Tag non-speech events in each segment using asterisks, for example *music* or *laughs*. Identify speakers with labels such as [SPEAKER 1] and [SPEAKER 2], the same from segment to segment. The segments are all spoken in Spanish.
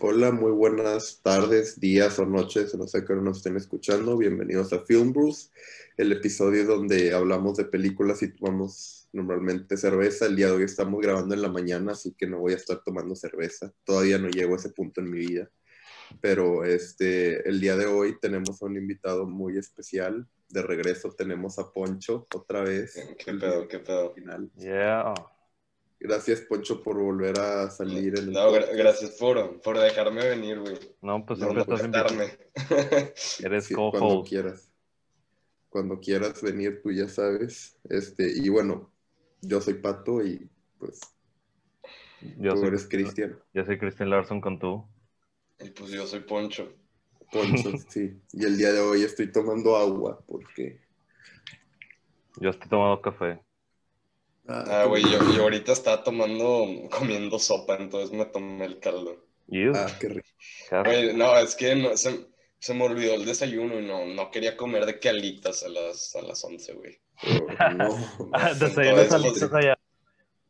[SPEAKER 1] Hola, muy buenas tardes, días o noches, no sé qué hora nos estén escuchando. Bienvenidos a Film Bruce, el episodio donde hablamos de películas y tomamos normalmente cerveza. El día de hoy estamos grabando en la mañana, así que no voy a estar tomando cerveza. Todavía no llego a ese punto en mi vida. Pero este, el día de hoy tenemos a un invitado muy especial. De regreso tenemos a Poncho otra vez.
[SPEAKER 2] ¿Qué pedo? ¿Qué pedo?
[SPEAKER 1] Final.
[SPEAKER 3] Yeah.
[SPEAKER 1] Gracias, Poncho, por volver a salir. En el
[SPEAKER 2] No, gra- gracias por, por dejarme venir, güey.
[SPEAKER 3] No, pues
[SPEAKER 1] No,
[SPEAKER 3] siempre
[SPEAKER 1] no,
[SPEAKER 2] Por
[SPEAKER 3] estás invitado.
[SPEAKER 2] prestarme.
[SPEAKER 3] Eres
[SPEAKER 1] Sí, cuando
[SPEAKER 3] co-host.
[SPEAKER 1] quieras. Cuando quieras venir, tú ya sabes. Este, y bueno, yo soy Pato y pues
[SPEAKER 3] Yo
[SPEAKER 1] tú
[SPEAKER 3] soy,
[SPEAKER 1] eres Cristian.
[SPEAKER 3] yo soy Christian Larson con tú.
[SPEAKER 2] *laughs* y pues yo soy Poncho.
[SPEAKER 3] *laughs*
[SPEAKER 1] Poncho, sí. Y el día de hoy estoy tomando agua porque.
[SPEAKER 3] Yo estoy tomando café.
[SPEAKER 2] Ah, güey, yo, yo ahorita estaba tomando, comiendo sopa, entonces me tomé el caldo.
[SPEAKER 3] Y es-
[SPEAKER 1] Ah, qué rico.
[SPEAKER 3] car-
[SPEAKER 2] Güey, no, es que no- se, se me olvidó el desayuno y no, no quería comer de calitas a las, a las 11, güey.
[SPEAKER 1] Oh, no.
[SPEAKER 3] *laughs* Ah, *laughs*
[SPEAKER 2] entonces,
[SPEAKER 3] Desayunas
[SPEAKER 2] pues,
[SPEAKER 3] alitas allá.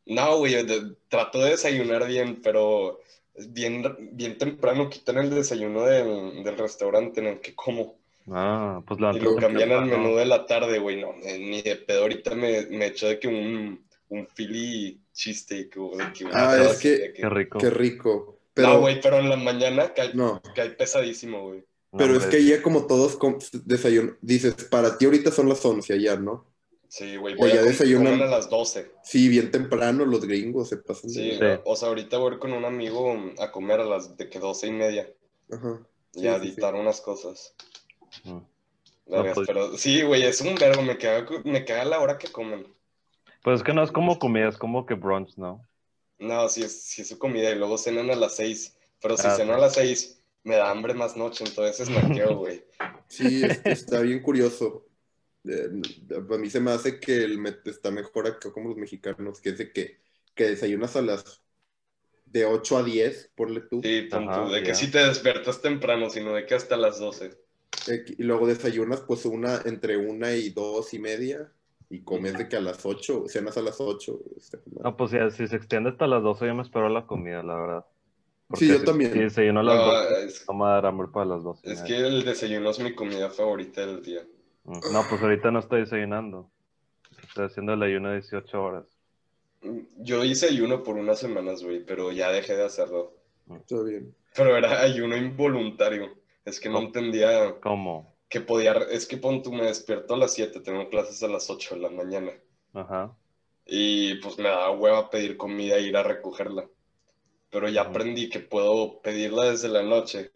[SPEAKER 2] No, güey, de- trato de desayunar bien, pero bien, bien temprano quitan el desayuno del, del restaurante en el que como.
[SPEAKER 3] Ah, pues
[SPEAKER 2] Y
[SPEAKER 3] levantaste
[SPEAKER 2] lo cambian al
[SPEAKER 3] temprano.
[SPEAKER 2] menú de la tarde, güey. No, eh, ni de pedo. Ahorita me, me echó de que un, un Philly cheesesteak o de que un-
[SPEAKER 1] Ah,
[SPEAKER 2] algo
[SPEAKER 1] es
[SPEAKER 2] así
[SPEAKER 1] que-
[SPEAKER 2] de
[SPEAKER 3] Qué rico.
[SPEAKER 1] Qué rico.
[SPEAKER 2] No,
[SPEAKER 1] Pero,
[SPEAKER 2] güey, pero en la mañana cae,
[SPEAKER 1] no,
[SPEAKER 2] cae pesadísimo, güey.
[SPEAKER 3] No,
[SPEAKER 1] pero es
[SPEAKER 3] hombre,
[SPEAKER 1] que ya como todos com- desayuno, dices, para ti ahorita son las 11 allá, ¿no?
[SPEAKER 2] Sí, güey.
[SPEAKER 1] O
[SPEAKER 2] voy a
[SPEAKER 1] ya
[SPEAKER 2] com-
[SPEAKER 1] desayunan.
[SPEAKER 2] comer a las 12.
[SPEAKER 1] Sí, bien temprano los gringos se pasan. de-
[SPEAKER 2] Sí,
[SPEAKER 3] Sí.
[SPEAKER 2] o- o sea, ahorita voy a ir con un amigo a comer a las de que 12 y media
[SPEAKER 1] Ajá.
[SPEAKER 2] y
[SPEAKER 1] Sí,
[SPEAKER 2] a
[SPEAKER 1] sí, sí.
[SPEAKER 2] editar unas cosas.
[SPEAKER 3] mm.
[SPEAKER 2] Vergas,
[SPEAKER 3] pues-
[SPEAKER 2] Pero sí, güey, es un vergo. Me caga, cu- me caga la hora que comen.
[SPEAKER 3] Pues es que no es como comida, es como que brunch, ¿no?
[SPEAKER 2] No, si es, si es su comida y luego cenan a las 6. Pero si
[SPEAKER 3] Ah,
[SPEAKER 2] ceno a
[SPEAKER 3] sí.
[SPEAKER 2] las 6, me da hambre más noche, entonces naqueo,
[SPEAKER 3] *laughs*
[SPEAKER 2] güey.
[SPEAKER 1] Sí, es- está bien curioso. Eh, a mí se me hace que el met- está mejor acá como los mexicanos, que es de que, que desayunas a las de 8 a 10, ponle tú,
[SPEAKER 2] Sí, pon
[SPEAKER 3] Ajá,
[SPEAKER 2] tú, de que
[SPEAKER 3] ya.
[SPEAKER 2] si te despertas temprano, sino de que hasta las 12.
[SPEAKER 1] eh, y luego desayunas pues una entre una y dos y media, y comes de que a las 8, cenas a las 8.
[SPEAKER 3] No, pues ya, si se extiende hasta las 12 yo me espero la comida, la verdad.
[SPEAKER 1] Sí, yo
[SPEAKER 3] si-
[SPEAKER 1] también. eh,
[SPEAKER 3] Si desayuno a las
[SPEAKER 2] No,
[SPEAKER 3] 12,
[SPEAKER 2] es,
[SPEAKER 3] no me va a dar hambre para las 12.
[SPEAKER 2] es
[SPEAKER 3] ¿no?
[SPEAKER 2] que el desayuno es mi comida favorita del día.
[SPEAKER 3] Mm. No, pues ahorita no estoy desayunando. Estoy haciendo el ayuno de 18 horas.
[SPEAKER 2] Yo hice ayuno por unas semanas, güey, pero ya dejé de hacerlo.
[SPEAKER 1] Está bien.
[SPEAKER 2] Pero era ayuno involuntario. Es que no
[SPEAKER 3] Oh.
[SPEAKER 2] entendía
[SPEAKER 3] ¿Cómo?
[SPEAKER 2] que podía... Es que pon tú, me despierto a las 7, tengo clases a las 8 de la mañana.
[SPEAKER 3] Ajá.
[SPEAKER 2] Y pues me da hueva pedir comida e ir a recogerla. Pero ya
[SPEAKER 3] Ujú.
[SPEAKER 2] aprendí que puedo pedirla desde la noche.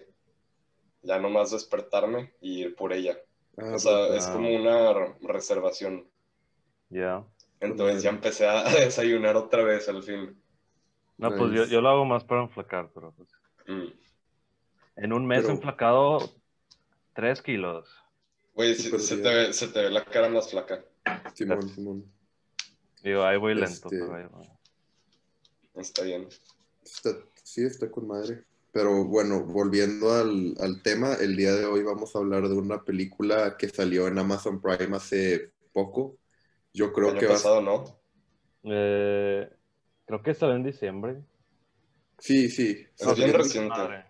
[SPEAKER 2] Ya nomás despertarme y ir por ella.
[SPEAKER 1] Ah,
[SPEAKER 2] O sea,
[SPEAKER 1] pues,
[SPEAKER 2] es
[SPEAKER 3] ah.
[SPEAKER 2] como una re- reservación.
[SPEAKER 3] Ya.
[SPEAKER 2] Entonces ya
[SPEAKER 1] Madre.
[SPEAKER 2] empecé a *laughs* desayunar otra vez al fin.
[SPEAKER 3] No, pues yo,
[SPEAKER 1] Nice.
[SPEAKER 3] yo lo hago más para enflacar, pero pues,
[SPEAKER 2] Mm.
[SPEAKER 3] en un mes he
[SPEAKER 1] Pero-
[SPEAKER 3] enflacado 3 kilos.
[SPEAKER 2] Güey, se,
[SPEAKER 1] Súper
[SPEAKER 2] se te
[SPEAKER 1] bien.
[SPEAKER 2] ve, se te ve la cara más flaca.
[SPEAKER 1] Simón, Simón.
[SPEAKER 3] Digo, ahí voy lento,
[SPEAKER 1] Este-
[SPEAKER 3] pero ahí voy.
[SPEAKER 2] Está bien.
[SPEAKER 1] Está- sí, está con madre. Pero bueno, volviendo al, al tema, el día de hoy vamos a hablar de una película que salió en Amazon Prime hace poco. Yo
[SPEAKER 2] El
[SPEAKER 1] creo
[SPEAKER 2] año
[SPEAKER 1] que va.
[SPEAKER 2] pasado, ¿no?
[SPEAKER 3] Eh, creo que salió en diciembre.
[SPEAKER 1] Sí, sí.
[SPEAKER 2] Es bien
[SPEAKER 1] Es-
[SPEAKER 2] reciente.
[SPEAKER 3] Madre.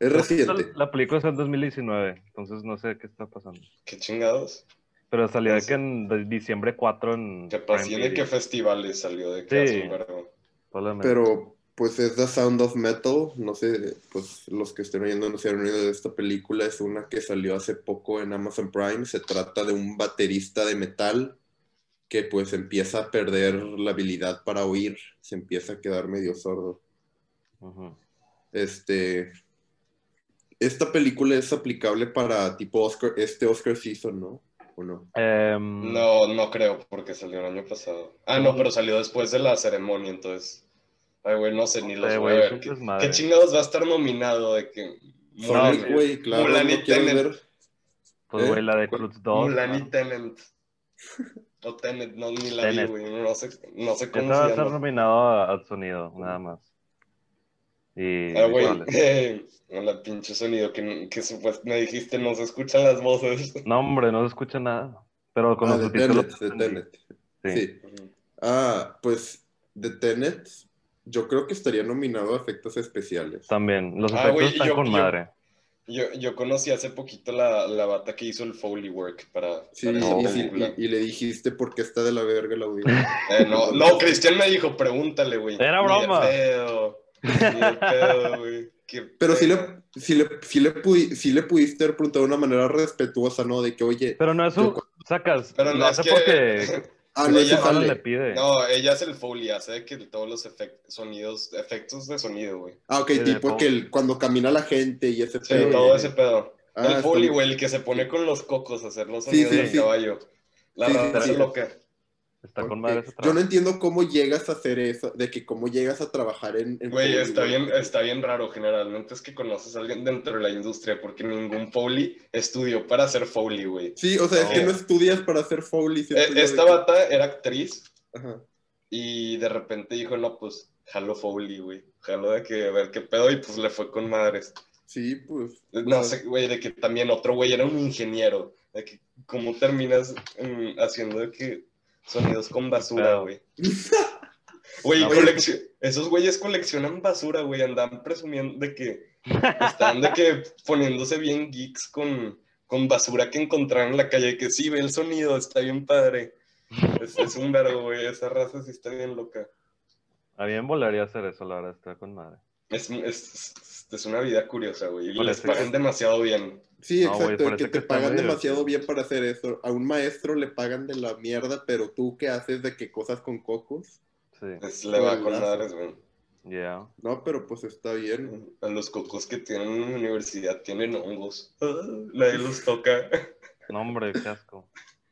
[SPEAKER 1] Es
[SPEAKER 3] La,
[SPEAKER 1] reciente.
[SPEAKER 3] la película es del 2019, entonces no sé qué está pasando.
[SPEAKER 2] Qué chingados.
[SPEAKER 3] Pero salió de
[SPEAKER 2] Pues-
[SPEAKER 3] que en de- diciembre 4 en.
[SPEAKER 2] Que pasé
[SPEAKER 3] Prime
[SPEAKER 2] de qué
[SPEAKER 3] Video,
[SPEAKER 2] festivales salió de
[SPEAKER 3] Sí.
[SPEAKER 2] que hace un vergo.
[SPEAKER 3] solamente.
[SPEAKER 1] Pero pues es The Sound of Metal. No sé, pues los que estén oyendo no se han oído de esta película. Es una que salió hace poco en Amazon Prime. Se trata de un baterista de metal que pues empieza a perder la habilidad para oír. Se empieza a quedar medio sordo.
[SPEAKER 3] Ujú.
[SPEAKER 1] Este. Esta película es aplicable para tipo Oscar, este Oscar season, ¿no? ¿O no?
[SPEAKER 3] Em,
[SPEAKER 2] No, no creo, porque salió el año pasado. Ah, no, pero salió después de la ceremonia, entonces. Ay, güey, no sé, ni los
[SPEAKER 3] eh,
[SPEAKER 2] voy a
[SPEAKER 3] güey, es
[SPEAKER 2] ver.
[SPEAKER 3] un
[SPEAKER 2] ¿Qué,
[SPEAKER 3] desmadre.
[SPEAKER 2] qué chingados va a estar nominado de que Mulan,
[SPEAKER 1] Sonic, güey, claro,
[SPEAKER 2] Mulan y
[SPEAKER 1] no quiero
[SPEAKER 2] Tenet.
[SPEAKER 1] ver.
[SPEAKER 3] Pues,
[SPEAKER 1] ¿Eh?
[SPEAKER 3] güey, la de
[SPEAKER 1] ¿Cuál?
[SPEAKER 3] Cruz 2.
[SPEAKER 2] Mulan y
[SPEAKER 3] ¿no? *laughs*
[SPEAKER 2] Tenet. O Tenet, no, ni la vi,
[SPEAKER 3] Tenet.
[SPEAKER 2] güey. No sé, no sé
[SPEAKER 3] Esa
[SPEAKER 2] cómo
[SPEAKER 3] va a
[SPEAKER 2] se
[SPEAKER 3] estar
[SPEAKER 2] llama.
[SPEAKER 3] ah, nominado a- al sonido, nada más. Y.
[SPEAKER 2] Ah, güey,
[SPEAKER 3] visuales.
[SPEAKER 2] eh, *laughs* hola, pinche sonido que, que supuest- me dijiste, no se escuchan las voces. *laughs*
[SPEAKER 3] No, hombre, no se escucha nada. Pero con
[SPEAKER 1] Ah,
[SPEAKER 3] los
[SPEAKER 1] de
[SPEAKER 3] subtítulos.
[SPEAKER 1] Tenet, de Tenet.
[SPEAKER 3] Sí.
[SPEAKER 1] Sí. Ah, pues de Tenet, Yo creo que estaría nominado a efectos especiales.
[SPEAKER 3] También, los
[SPEAKER 2] Ah,
[SPEAKER 3] efectos
[SPEAKER 2] güey,
[SPEAKER 3] están
[SPEAKER 2] yo-
[SPEAKER 3] con
[SPEAKER 2] yo-
[SPEAKER 3] madre.
[SPEAKER 2] Yo, yo conocí hace poquito la, la bata que hizo el Foley Work para,
[SPEAKER 1] Sí,
[SPEAKER 2] para
[SPEAKER 3] No,
[SPEAKER 1] y,
[SPEAKER 2] esa
[SPEAKER 1] sí,
[SPEAKER 2] película.
[SPEAKER 1] y- y le dijiste por qué está de la verga la
[SPEAKER 3] *laughs*
[SPEAKER 1] audiencia.
[SPEAKER 2] Eh, no, no, Cristian me dijo, pregúntale, güey.
[SPEAKER 3] Era
[SPEAKER 2] Ni de
[SPEAKER 3] broma.
[SPEAKER 2] pedo, ni de pedo, güey. Qué
[SPEAKER 1] Pero sí
[SPEAKER 2] pedo.
[SPEAKER 1] le, sí le, sí le, pudi- sí le pudiste haber preguntado de una manera respetuosa, ¿no? De que, oye,
[SPEAKER 3] Pero no es
[SPEAKER 1] Yo
[SPEAKER 3] un... Sacas,
[SPEAKER 2] Pero
[SPEAKER 3] lo
[SPEAKER 2] no es
[SPEAKER 3] hace
[SPEAKER 2] que- *laughs*
[SPEAKER 3] porque
[SPEAKER 1] ah,
[SPEAKER 2] Pero
[SPEAKER 1] no,
[SPEAKER 2] ya-
[SPEAKER 1] se
[SPEAKER 2] Ella-
[SPEAKER 3] Alan le
[SPEAKER 1] sale.
[SPEAKER 3] pide.
[SPEAKER 2] No, ella es el Foley, hace que todos los efectos, sonidos, efectos de sonido, güey.
[SPEAKER 1] Ah, ok,
[SPEAKER 3] Sí, de
[SPEAKER 1] tipo
[SPEAKER 3] todo.
[SPEAKER 1] que el- cuando camina la gente y ese
[SPEAKER 2] Sí,
[SPEAKER 1] pedo.
[SPEAKER 2] todo ese pedo.
[SPEAKER 1] Ah,
[SPEAKER 2] el
[SPEAKER 1] está
[SPEAKER 2] Foley,
[SPEAKER 1] bien.
[SPEAKER 2] güey, el que se pone con los cocos a hacer los
[SPEAKER 1] Sí,
[SPEAKER 2] sonidos
[SPEAKER 1] sí,
[SPEAKER 2] del
[SPEAKER 1] sí.
[SPEAKER 2] caballo. La
[SPEAKER 1] Sí, sí,
[SPEAKER 2] raza
[SPEAKER 1] sí.
[SPEAKER 2] loca.
[SPEAKER 3] Está con
[SPEAKER 1] Porque
[SPEAKER 3] madre ese
[SPEAKER 1] Yo
[SPEAKER 3] trabajo.
[SPEAKER 1] no entiendo cómo llegas a hacer eso, de que cómo llegas a trabajar en... en
[SPEAKER 2] Güey,
[SPEAKER 1] Hollywood.
[SPEAKER 2] está bien, está bien raro. Generalmente es que conoces a alguien dentro de la industria, porque ningún Foley estudió para ser Foley, güey.
[SPEAKER 1] Sí, o sea, es
[SPEAKER 3] No.
[SPEAKER 1] que no estudias para hacer Foley.
[SPEAKER 2] Eh,
[SPEAKER 1] siento yo de
[SPEAKER 2] Esta
[SPEAKER 1] que-
[SPEAKER 2] bata era actriz
[SPEAKER 1] Ajá.
[SPEAKER 2] y de repente dijo, no, pues, jalo Foley, güey. Jalo de que, a ver qué pedo, y pues le fue con madres.
[SPEAKER 1] Sí, pues...
[SPEAKER 2] No sé, güey, de que también otro güey era un ingeniero. De que, ¿cómo terminas mm, haciendo de que sonidos con basura,
[SPEAKER 3] Claro.
[SPEAKER 2] güey? Güey,
[SPEAKER 3] No,
[SPEAKER 2] coleccio- esos güeyes coleccionan basura, güey. Andan presumiendo de que. Están de que poniéndose bien geeks con, con basura que encontraron en la calle. Que sí, ve el sonido, está bien padre. Es, es un verbo, güey. Esa raza sí está bien loca.
[SPEAKER 3] A mí me volaría hacer eso, la verdad, está con madre.
[SPEAKER 2] Es, es, es- es una vida curiosa, güey. Y les
[SPEAKER 3] Parece que-
[SPEAKER 2] pagan demasiado bien.
[SPEAKER 1] *laughs* Sí,
[SPEAKER 3] No, güey,
[SPEAKER 1] exacto, de
[SPEAKER 3] parece
[SPEAKER 1] que
[SPEAKER 3] que
[SPEAKER 1] te
[SPEAKER 3] está
[SPEAKER 1] pagan
[SPEAKER 3] muy
[SPEAKER 1] demasiado
[SPEAKER 3] divertido.
[SPEAKER 1] bien para hacer eso. A un maestro le pagan de la mierda, pero tú qué haces de que cosas con cocos.
[SPEAKER 3] Sí,
[SPEAKER 2] Es- le va
[SPEAKER 1] Güey,
[SPEAKER 2] con
[SPEAKER 1] brazo.
[SPEAKER 2] madres, güey.
[SPEAKER 3] yeah.
[SPEAKER 1] No, pero pues está bien.
[SPEAKER 2] A los cocos que tienen en la universidad tienen hongos. Ah, Nadie los toca.
[SPEAKER 3] No, hombre, qué asco.
[SPEAKER 2] *laughs*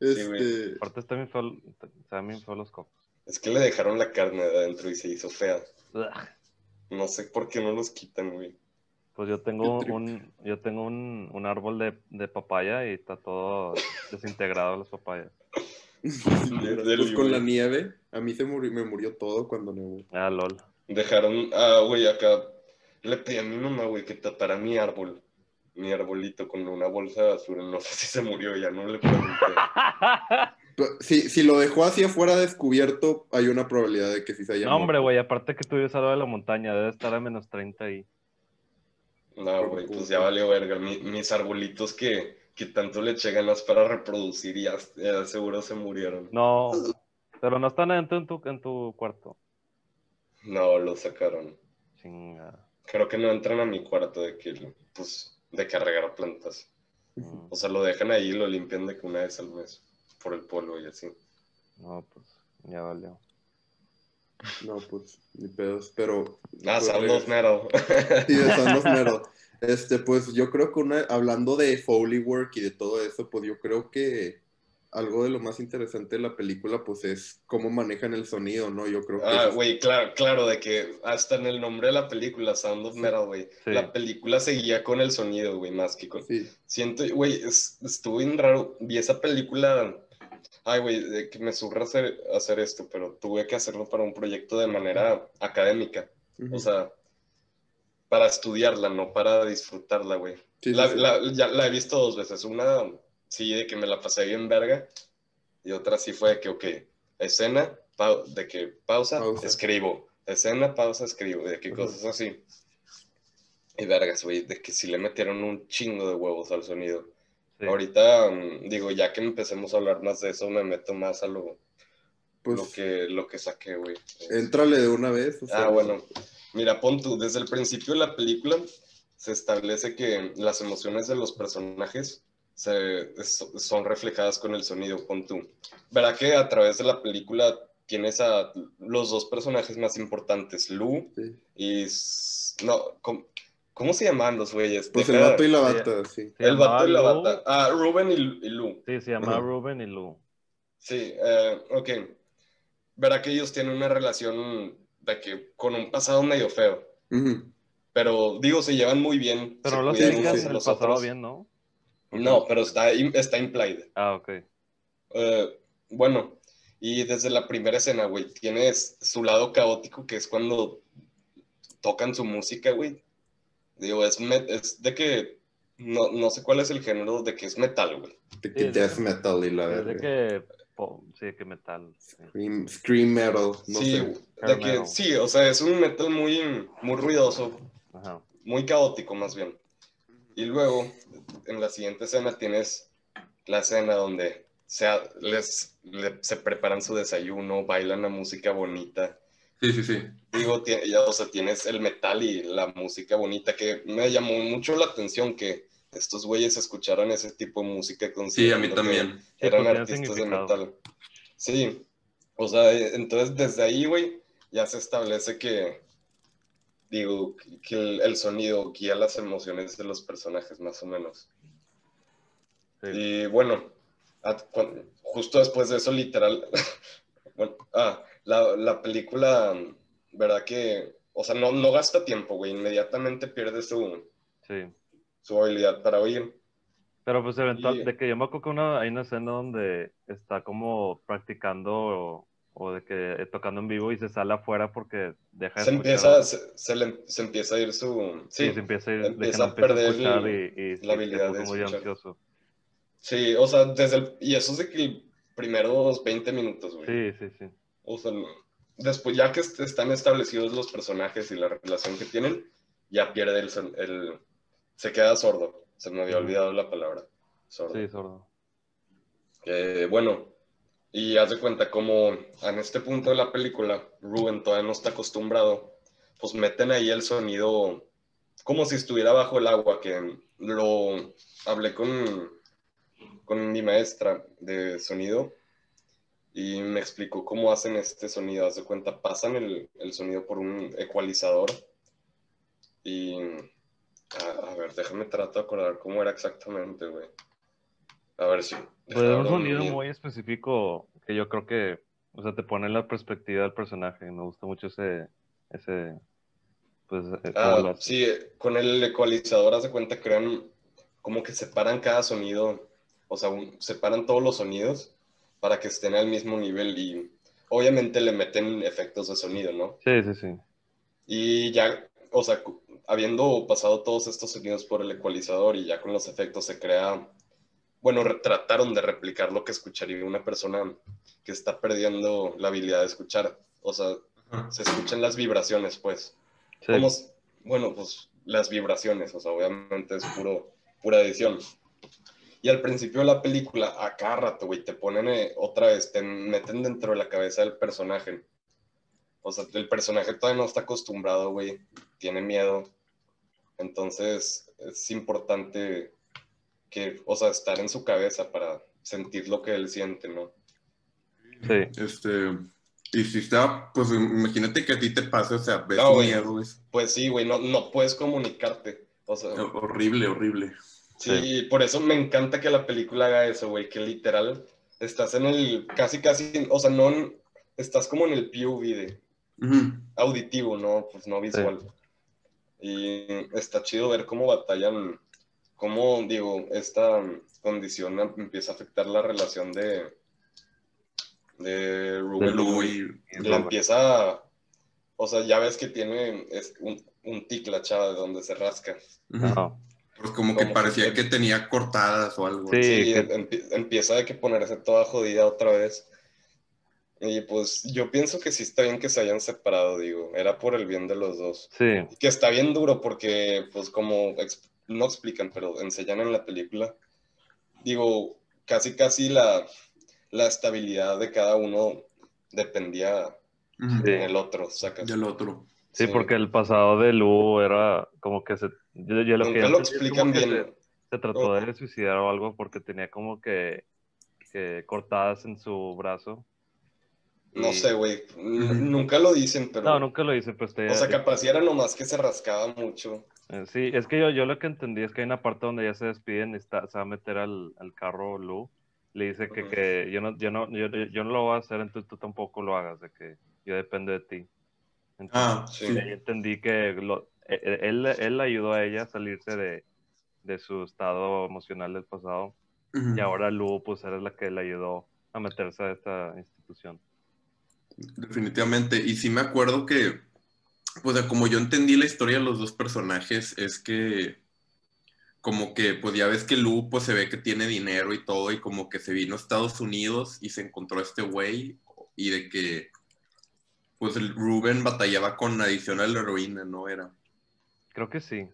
[SPEAKER 1] Este,
[SPEAKER 3] Aparte está bien feo, está bien feo los cocos.
[SPEAKER 2] Es que le dejaron la carne de adentro y se hizo fea.
[SPEAKER 3] Ugh.
[SPEAKER 2] No sé por qué no los quitan, güey.
[SPEAKER 3] Pues yo tengo
[SPEAKER 1] Qué trip.
[SPEAKER 3] un, yo tengo un, un árbol de, de papaya y está todo desintegrado las papayas.
[SPEAKER 2] Del-
[SPEAKER 1] pues con la nieve, a mí se murió, me murió todo cuando nevó.
[SPEAKER 3] Ah, lol. *laughs*
[SPEAKER 2] Dejaron, ah, güey, acá le pedí a mi mamá, güey, que tapara mi árbol, mi arbolito con una bolsa de basura. No sé si se murió, ya no le pregunté.
[SPEAKER 1] Pero Si, si lo dejó así afuera descubierto, hay una probabilidad de que sí se haya
[SPEAKER 3] No, hombre,
[SPEAKER 1] muerto.
[SPEAKER 3] güey, aparte que tú vives al lado de la montaña, debe estar a menos 30 ahí.
[SPEAKER 2] No, güey, pues ya valió verga. Mi- mis arbolitos que, que tanto le eché ganas para reproducir y ya, ya seguro se murieron.
[SPEAKER 3] No, pero no están adentro en tu, en tu cuarto.
[SPEAKER 2] No, lo sacaron.
[SPEAKER 3] Chinga.
[SPEAKER 2] Creo que no entran a mi cuarto de que, pues, de cargar plantas.
[SPEAKER 3] Mm,
[SPEAKER 2] O sea, lo dejan ahí y lo limpian de que una vez al mes por el polvo y así.
[SPEAKER 3] No, pues ya valió.
[SPEAKER 1] No, pues, ni pedos, pero...
[SPEAKER 2] Ah,
[SPEAKER 1] pues,
[SPEAKER 2] Sound
[SPEAKER 1] regresa-
[SPEAKER 2] of
[SPEAKER 3] *laughs*
[SPEAKER 2] Metal.
[SPEAKER 1] Sí, de Sound
[SPEAKER 2] *laughs*
[SPEAKER 1] of Metal. Este, pues yo creo que una, hablando de Foley work y de todo eso, pues yo creo que algo de lo más interesante de la película, pues es cómo manejan el sonido, ¿no? Yo creo que
[SPEAKER 2] Ah,
[SPEAKER 1] eso-
[SPEAKER 2] güey, claro, claro, de que hasta en el nombre de la película, Sound of Metal, güey.
[SPEAKER 3] Sí.
[SPEAKER 2] La película seguía con el sonido, güey, más que con...
[SPEAKER 1] sí,
[SPEAKER 2] Siento, güey, es- estuvo bien raro. Vi esa película... Ay, güey, de que me surra hacer, hacer esto, pero tuve que hacerlo para un proyecto de manera académica.
[SPEAKER 1] Ujú.
[SPEAKER 2] O sea, para estudiarla, no para disfrutarla, güey.
[SPEAKER 1] Sí,
[SPEAKER 2] La,
[SPEAKER 1] sí, sí.
[SPEAKER 2] la- ya la he visto dos veces. Una, sí, de que me la pasé bien verga. Y otra sí fue de que, ok, escena, pau- de que pausa,
[SPEAKER 1] Pausa.
[SPEAKER 2] escribo. Escena, pausa, escribo. De que
[SPEAKER 1] Ujú.
[SPEAKER 2] cosas así. Y vergas, güey, de que sí le metieron un chingo de huevos al sonido.
[SPEAKER 3] Sí.
[SPEAKER 2] Ahorita, mm, digo, ya que empecemos a hablar más de eso, me meto más a lo,
[SPEAKER 1] Pues
[SPEAKER 2] lo, que, lo que saqué, güey.
[SPEAKER 1] éntrale de una vez. o sea,
[SPEAKER 2] Ah, bueno. Mira, pon tú, desde el principio de la película se establece que las emociones de los personajes se, so- son reflejadas con el sonido, pon tú. Verá que a través de la película tienes a los dos personajes más importantes, Lu
[SPEAKER 1] sí.
[SPEAKER 2] y... S- No, ¿cómo, cómo se llamaban los güeyes?
[SPEAKER 1] Pues el
[SPEAKER 2] Deja-
[SPEAKER 1] vato y la bata, sí.
[SPEAKER 3] Se
[SPEAKER 2] el vato y la
[SPEAKER 3] llamaba Lou.
[SPEAKER 2] bata. Ah, Ruben y, y Lu.
[SPEAKER 3] Sí, se llamaba
[SPEAKER 1] Ajá.
[SPEAKER 3] Ruben y Lou.
[SPEAKER 2] Sí, eh, ok. Verá que ellos tienen una relación de que con un pasado medio feo.
[SPEAKER 1] Ujú. pero
[SPEAKER 2] Pero digo, se llevan muy bien.
[SPEAKER 3] Pero
[SPEAKER 2] se
[SPEAKER 3] no lo
[SPEAKER 2] cuidan
[SPEAKER 1] explicas
[SPEAKER 2] unos
[SPEAKER 3] explicas
[SPEAKER 2] a
[SPEAKER 3] el
[SPEAKER 2] los
[SPEAKER 3] pasado
[SPEAKER 2] otros.
[SPEAKER 3] bien, ¿no?
[SPEAKER 2] No, pero está, im- está implied.
[SPEAKER 3] Ah, ok.
[SPEAKER 2] Eh, bueno, y desde la primera escena, güey, tienes su lado caótico, que es cuando tocan su música, güey. Digo, es, me- es de que. No, no sé cuál es el género de que es metal, güey.
[SPEAKER 1] de
[SPEAKER 3] Sí,
[SPEAKER 1] que
[SPEAKER 3] de-
[SPEAKER 1] death metal y la
[SPEAKER 3] Es de
[SPEAKER 1] verga.
[SPEAKER 3] que, po- sí, que metal. sí.
[SPEAKER 1] Scream, scream metal, no
[SPEAKER 2] sí,
[SPEAKER 1] sé.
[SPEAKER 2] De que, sí, o sea, es un metal muy, muy ruidoso,
[SPEAKER 3] Ajá.
[SPEAKER 2] muy caótico más bien. Y luego, en la siguiente escena tienes la escena donde se, ha- les, le- se preparan su desayuno, bailan la música bonita.
[SPEAKER 1] Sí, sí, sí.
[SPEAKER 2] Digo, tie- ya, o sea, tienes el metal y la música bonita que me llamó mucho la atención que estos güeyes escucharan ese tipo de música.
[SPEAKER 1] Sí, a mí
[SPEAKER 2] considerando que
[SPEAKER 1] también.
[SPEAKER 3] Sí,
[SPEAKER 2] eran
[SPEAKER 3] pues, tiene
[SPEAKER 2] artistas de
[SPEAKER 3] significado.
[SPEAKER 2] metal. Sí, o sea, eh, entonces desde ahí, güey, ya se establece que, digo, que el, el sonido guía las emociones de los personajes, más o menos.
[SPEAKER 3] Sí.
[SPEAKER 2] Y bueno, a- cu- justo después de eso, literal, *laughs* bueno, ah, la, la película, ¿verdad que? O sea, no, no gasta tiempo, güey, inmediatamente pierde su,
[SPEAKER 3] Sí.
[SPEAKER 2] su habilidad para oír.
[SPEAKER 3] Pero pues eventual,
[SPEAKER 2] Y-
[SPEAKER 3] de que yo me acuerdo que una, hay una escena donde está como practicando o, o de que eh, tocando en vivo y se sale afuera porque deja de
[SPEAKER 2] Se
[SPEAKER 3] escuchar
[SPEAKER 2] empieza,
[SPEAKER 3] algo.
[SPEAKER 2] se, se le- se empieza a ir su...
[SPEAKER 3] Sí,
[SPEAKER 2] Sí,
[SPEAKER 3] se empieza, a ir- de que
[SPEAKER 2] empieza
[SPEAKER 3] no
[SPEAKER 2] a
[SPEAKER 3] empieza a
[SPEAKER 2] perder
[SPEAKER 3] escuchar
[SPEAKER 2] el-
[SPEAKER 3] y, y se-
[SPEAKER 2] la
[SPEAKER 3] se
[SPEAKER 2] habilidad
[SPEAKER 3] puso
[SPEAKER 2] de
[SPEAKER 3] muy
[SPEAKER 2] escuchar.
[SPEAKER 3] ansioso.
[SPEAKER 2] Sí, o sea, desde el, y eso es de que el primeros 20 minutos, güey.
[SPEAKER 3] Sí, sí, sí.
[SPEAKER 2] O sea, no- después, ya que est- están establecidos los personajes y la relación que tienen, ya pierde el, son- el- se queda sordo. Se me había
[SPEAKER 3] Ujú.
[SPEAKER 2] olvidado la palabra. Sordo.
[SPEAKER 3] Sí, sordo.
[SPEAKER 2] Eh, bueno, y haz de cuenta como en este punto de la película, Ruben todavía no está acostumbrado, pues meten ahí el sonido como si estuviera bajo el agua, que lo hablé con, con mi maestra de sonido y me explicó cómo hacen este sonido. Haz de cuenta, pasan el, el sonido por un ecualizador y... A, a ver, déjame tratar de acordar cómo era exactamente, güey. A ver si...
[SPEAKER 3] Pues es un
[SPEAKER 2] ahora
[SPEAKER 3] sonido
[SPEAKER 2] mismo.
[SPEAKER 3] muy específico que yo creo que, o sea, te pone en la perspectiva del personaje. Me gusta mucho ese, ese, pues, eh,
[SPEAKER 2] Ah,
[SPEAKER 3] cómo lo hace.
[SPEAKER 2] sí, con el ecualizador, haz de cuenta, crean como que separan cada sonido, o sea, un- separan todos los sonidos para que estén al mismo nivel y obviamente le meten efectos de sonido, ¿no?
[SPEAKER 3] sí, sí, sí.
[SPEAKER 2] Y ya, o sea, cu- habiendo pasado todos estos sonidos por el ecualizador y ya con los efectos se crea, bueno, re- trataron de replicar lo que escucharía una persona que está perdiendo la habilidad de escuchar, o sea,
[SPEAKER 1] Ajá.
[SPEAKER 2] se escuchan las vibraciones, pues.
[SPEAKER 3] Sí,
[SPEAKER 2] ¿Cómo s- bueno, pues las vibraciones, o sea, obviamente es puro, pura edición. Y al principio de la película, a cada rato, güey, te ponen eh, otra vez, te meten dentro de la cabeza del personaje. O sea, el personaje todavía no está acostumbrado, güey, tiene miedo. Entonces, es importante que, o sea, estar en su cabeza para sentir lo que él siente, ¿no?
[SPEAKER 3] sí.
[SPEAKER 1] Este, y si está, pues imagínate que a ti te pasa, o sea, ves
[SPEAKER 2] No, güey.
[SPEAKER 1] miedo, es
[SPEAKER 2] Pues sí, güey, no, no puedes comunicarte. O sea,
[SPEAKER 1] horrible, horrible.
[SPEAKER 2] Sí, y por eso me encanta que la película haga eso, güey, que literal estás en el, casi, casi, o sea, no, en- estás como en el POV de
[SPEAKER 1] Ujú.
[SPEAKER 2] auditivo, no, pues no visual. Y está chido ver cómo batallan, cómo, digo, esta condición em, empieza a afectar la relación de, de Ruben
[SPEAKER 1] Luego y-
[SPEAKER 2] la empieza, o sea, ya ves que tiene es un, un tic la chava de donde se rasca.
[SPEAKER 1] ujú.
[SPEAKER 3] Ajá.
[SPEAKER 1] Pues como que
[SPEAKER 2] Como
[SPEAKER 1] parecía
[SPEAKER 2] que-
[SPEAKER 1] que tenía cortadas o algo.
[SPEAKER 3] Sí.
[SPEAKER 2] Sí,
[SPEAKER 3] que-
[SPEAKER 2] em- empie- empieza de que ponerse toda jodida otra vez. Y pues yo pienso que sí está bien que se hayan separado, digo, era por el bien de los dos.
[SPEAKER 3] Sí,
[SPEAKER 2] Que está bien duro porque pues como ex- no explican, pero enseñan en la película, digo, casi casi la, la estabilidad de cada uno dependía
[SPEAKER 1] Ujú.
[SPEAKER 3] Sí.
[SPEAKER 2] del otro, sacas.
[SPEAKER 1] Del otro.
[SPEAKER 3] sí, porque el pasado de Lu era como que se. Yo, yo lo que
[SPEAKER 2] Nunca lo
[SPEAKER 3] entendí es como
[SPEAKER 2] explican
[SPEAKER 3] que
[SPEAKER 2] bien.
[SPEAKER 3] Se, se trató de suicidar o algo porque tenía como que, que cortadas en su brazo.
[SPEAKER 2] No
[SPEAKER 3] Y-
[SPEAKER 2] sé, güey, n-
[SPEAKER 1] Ujú.
[SPEAKER 2] nunca lo dicen, pero...
[SPEAKER 3] No, nunca lo hice, pues te-
[SPEAKER 2] O sea, capaz si era nomás que se rascaba mucho.
[SPEAKER 3] Eh, Sí, es que yo, yo lo que entendí es que hay una parte donde ya se despiden y está, se va a meter al, al carro Lu. Le dice que,
[SPEAKER 2] Ujú.
[SPEAKER 3] que yo, no, yo, no, yo, yo no lo voy a hacer, entonces tú tampoco lo hagas, de que yo dependo de ti. Entonces,
[SPEAKER 1] Ah,
[SPEAKER 2] Sí.
[SPEAKER 1] sí.
[SPEAKER 3] ahí entendí que lo- e- e- él, él ayudó a ella a salirse de, de su estado emocional del pasado
[SPEAKER 1] Ujú.
[SPEAKER 3] y ahora Lu pues era la que le ayudó a meterse a esta institución.
[SPEAKER 1] Definitivamente. Y sí me acuerdo que, pues a como yo entendí la historia de los dos personajes, es que como que, pues ya ves que Lu, pues se ve que tiene dinero y todo, y como que se vino a Estados Unidos y se encontró a este güey, y de que, pues el Rubén batallaba con adicción a la heroína, ¿no era?
[SPEAKER 3] Creo que sí.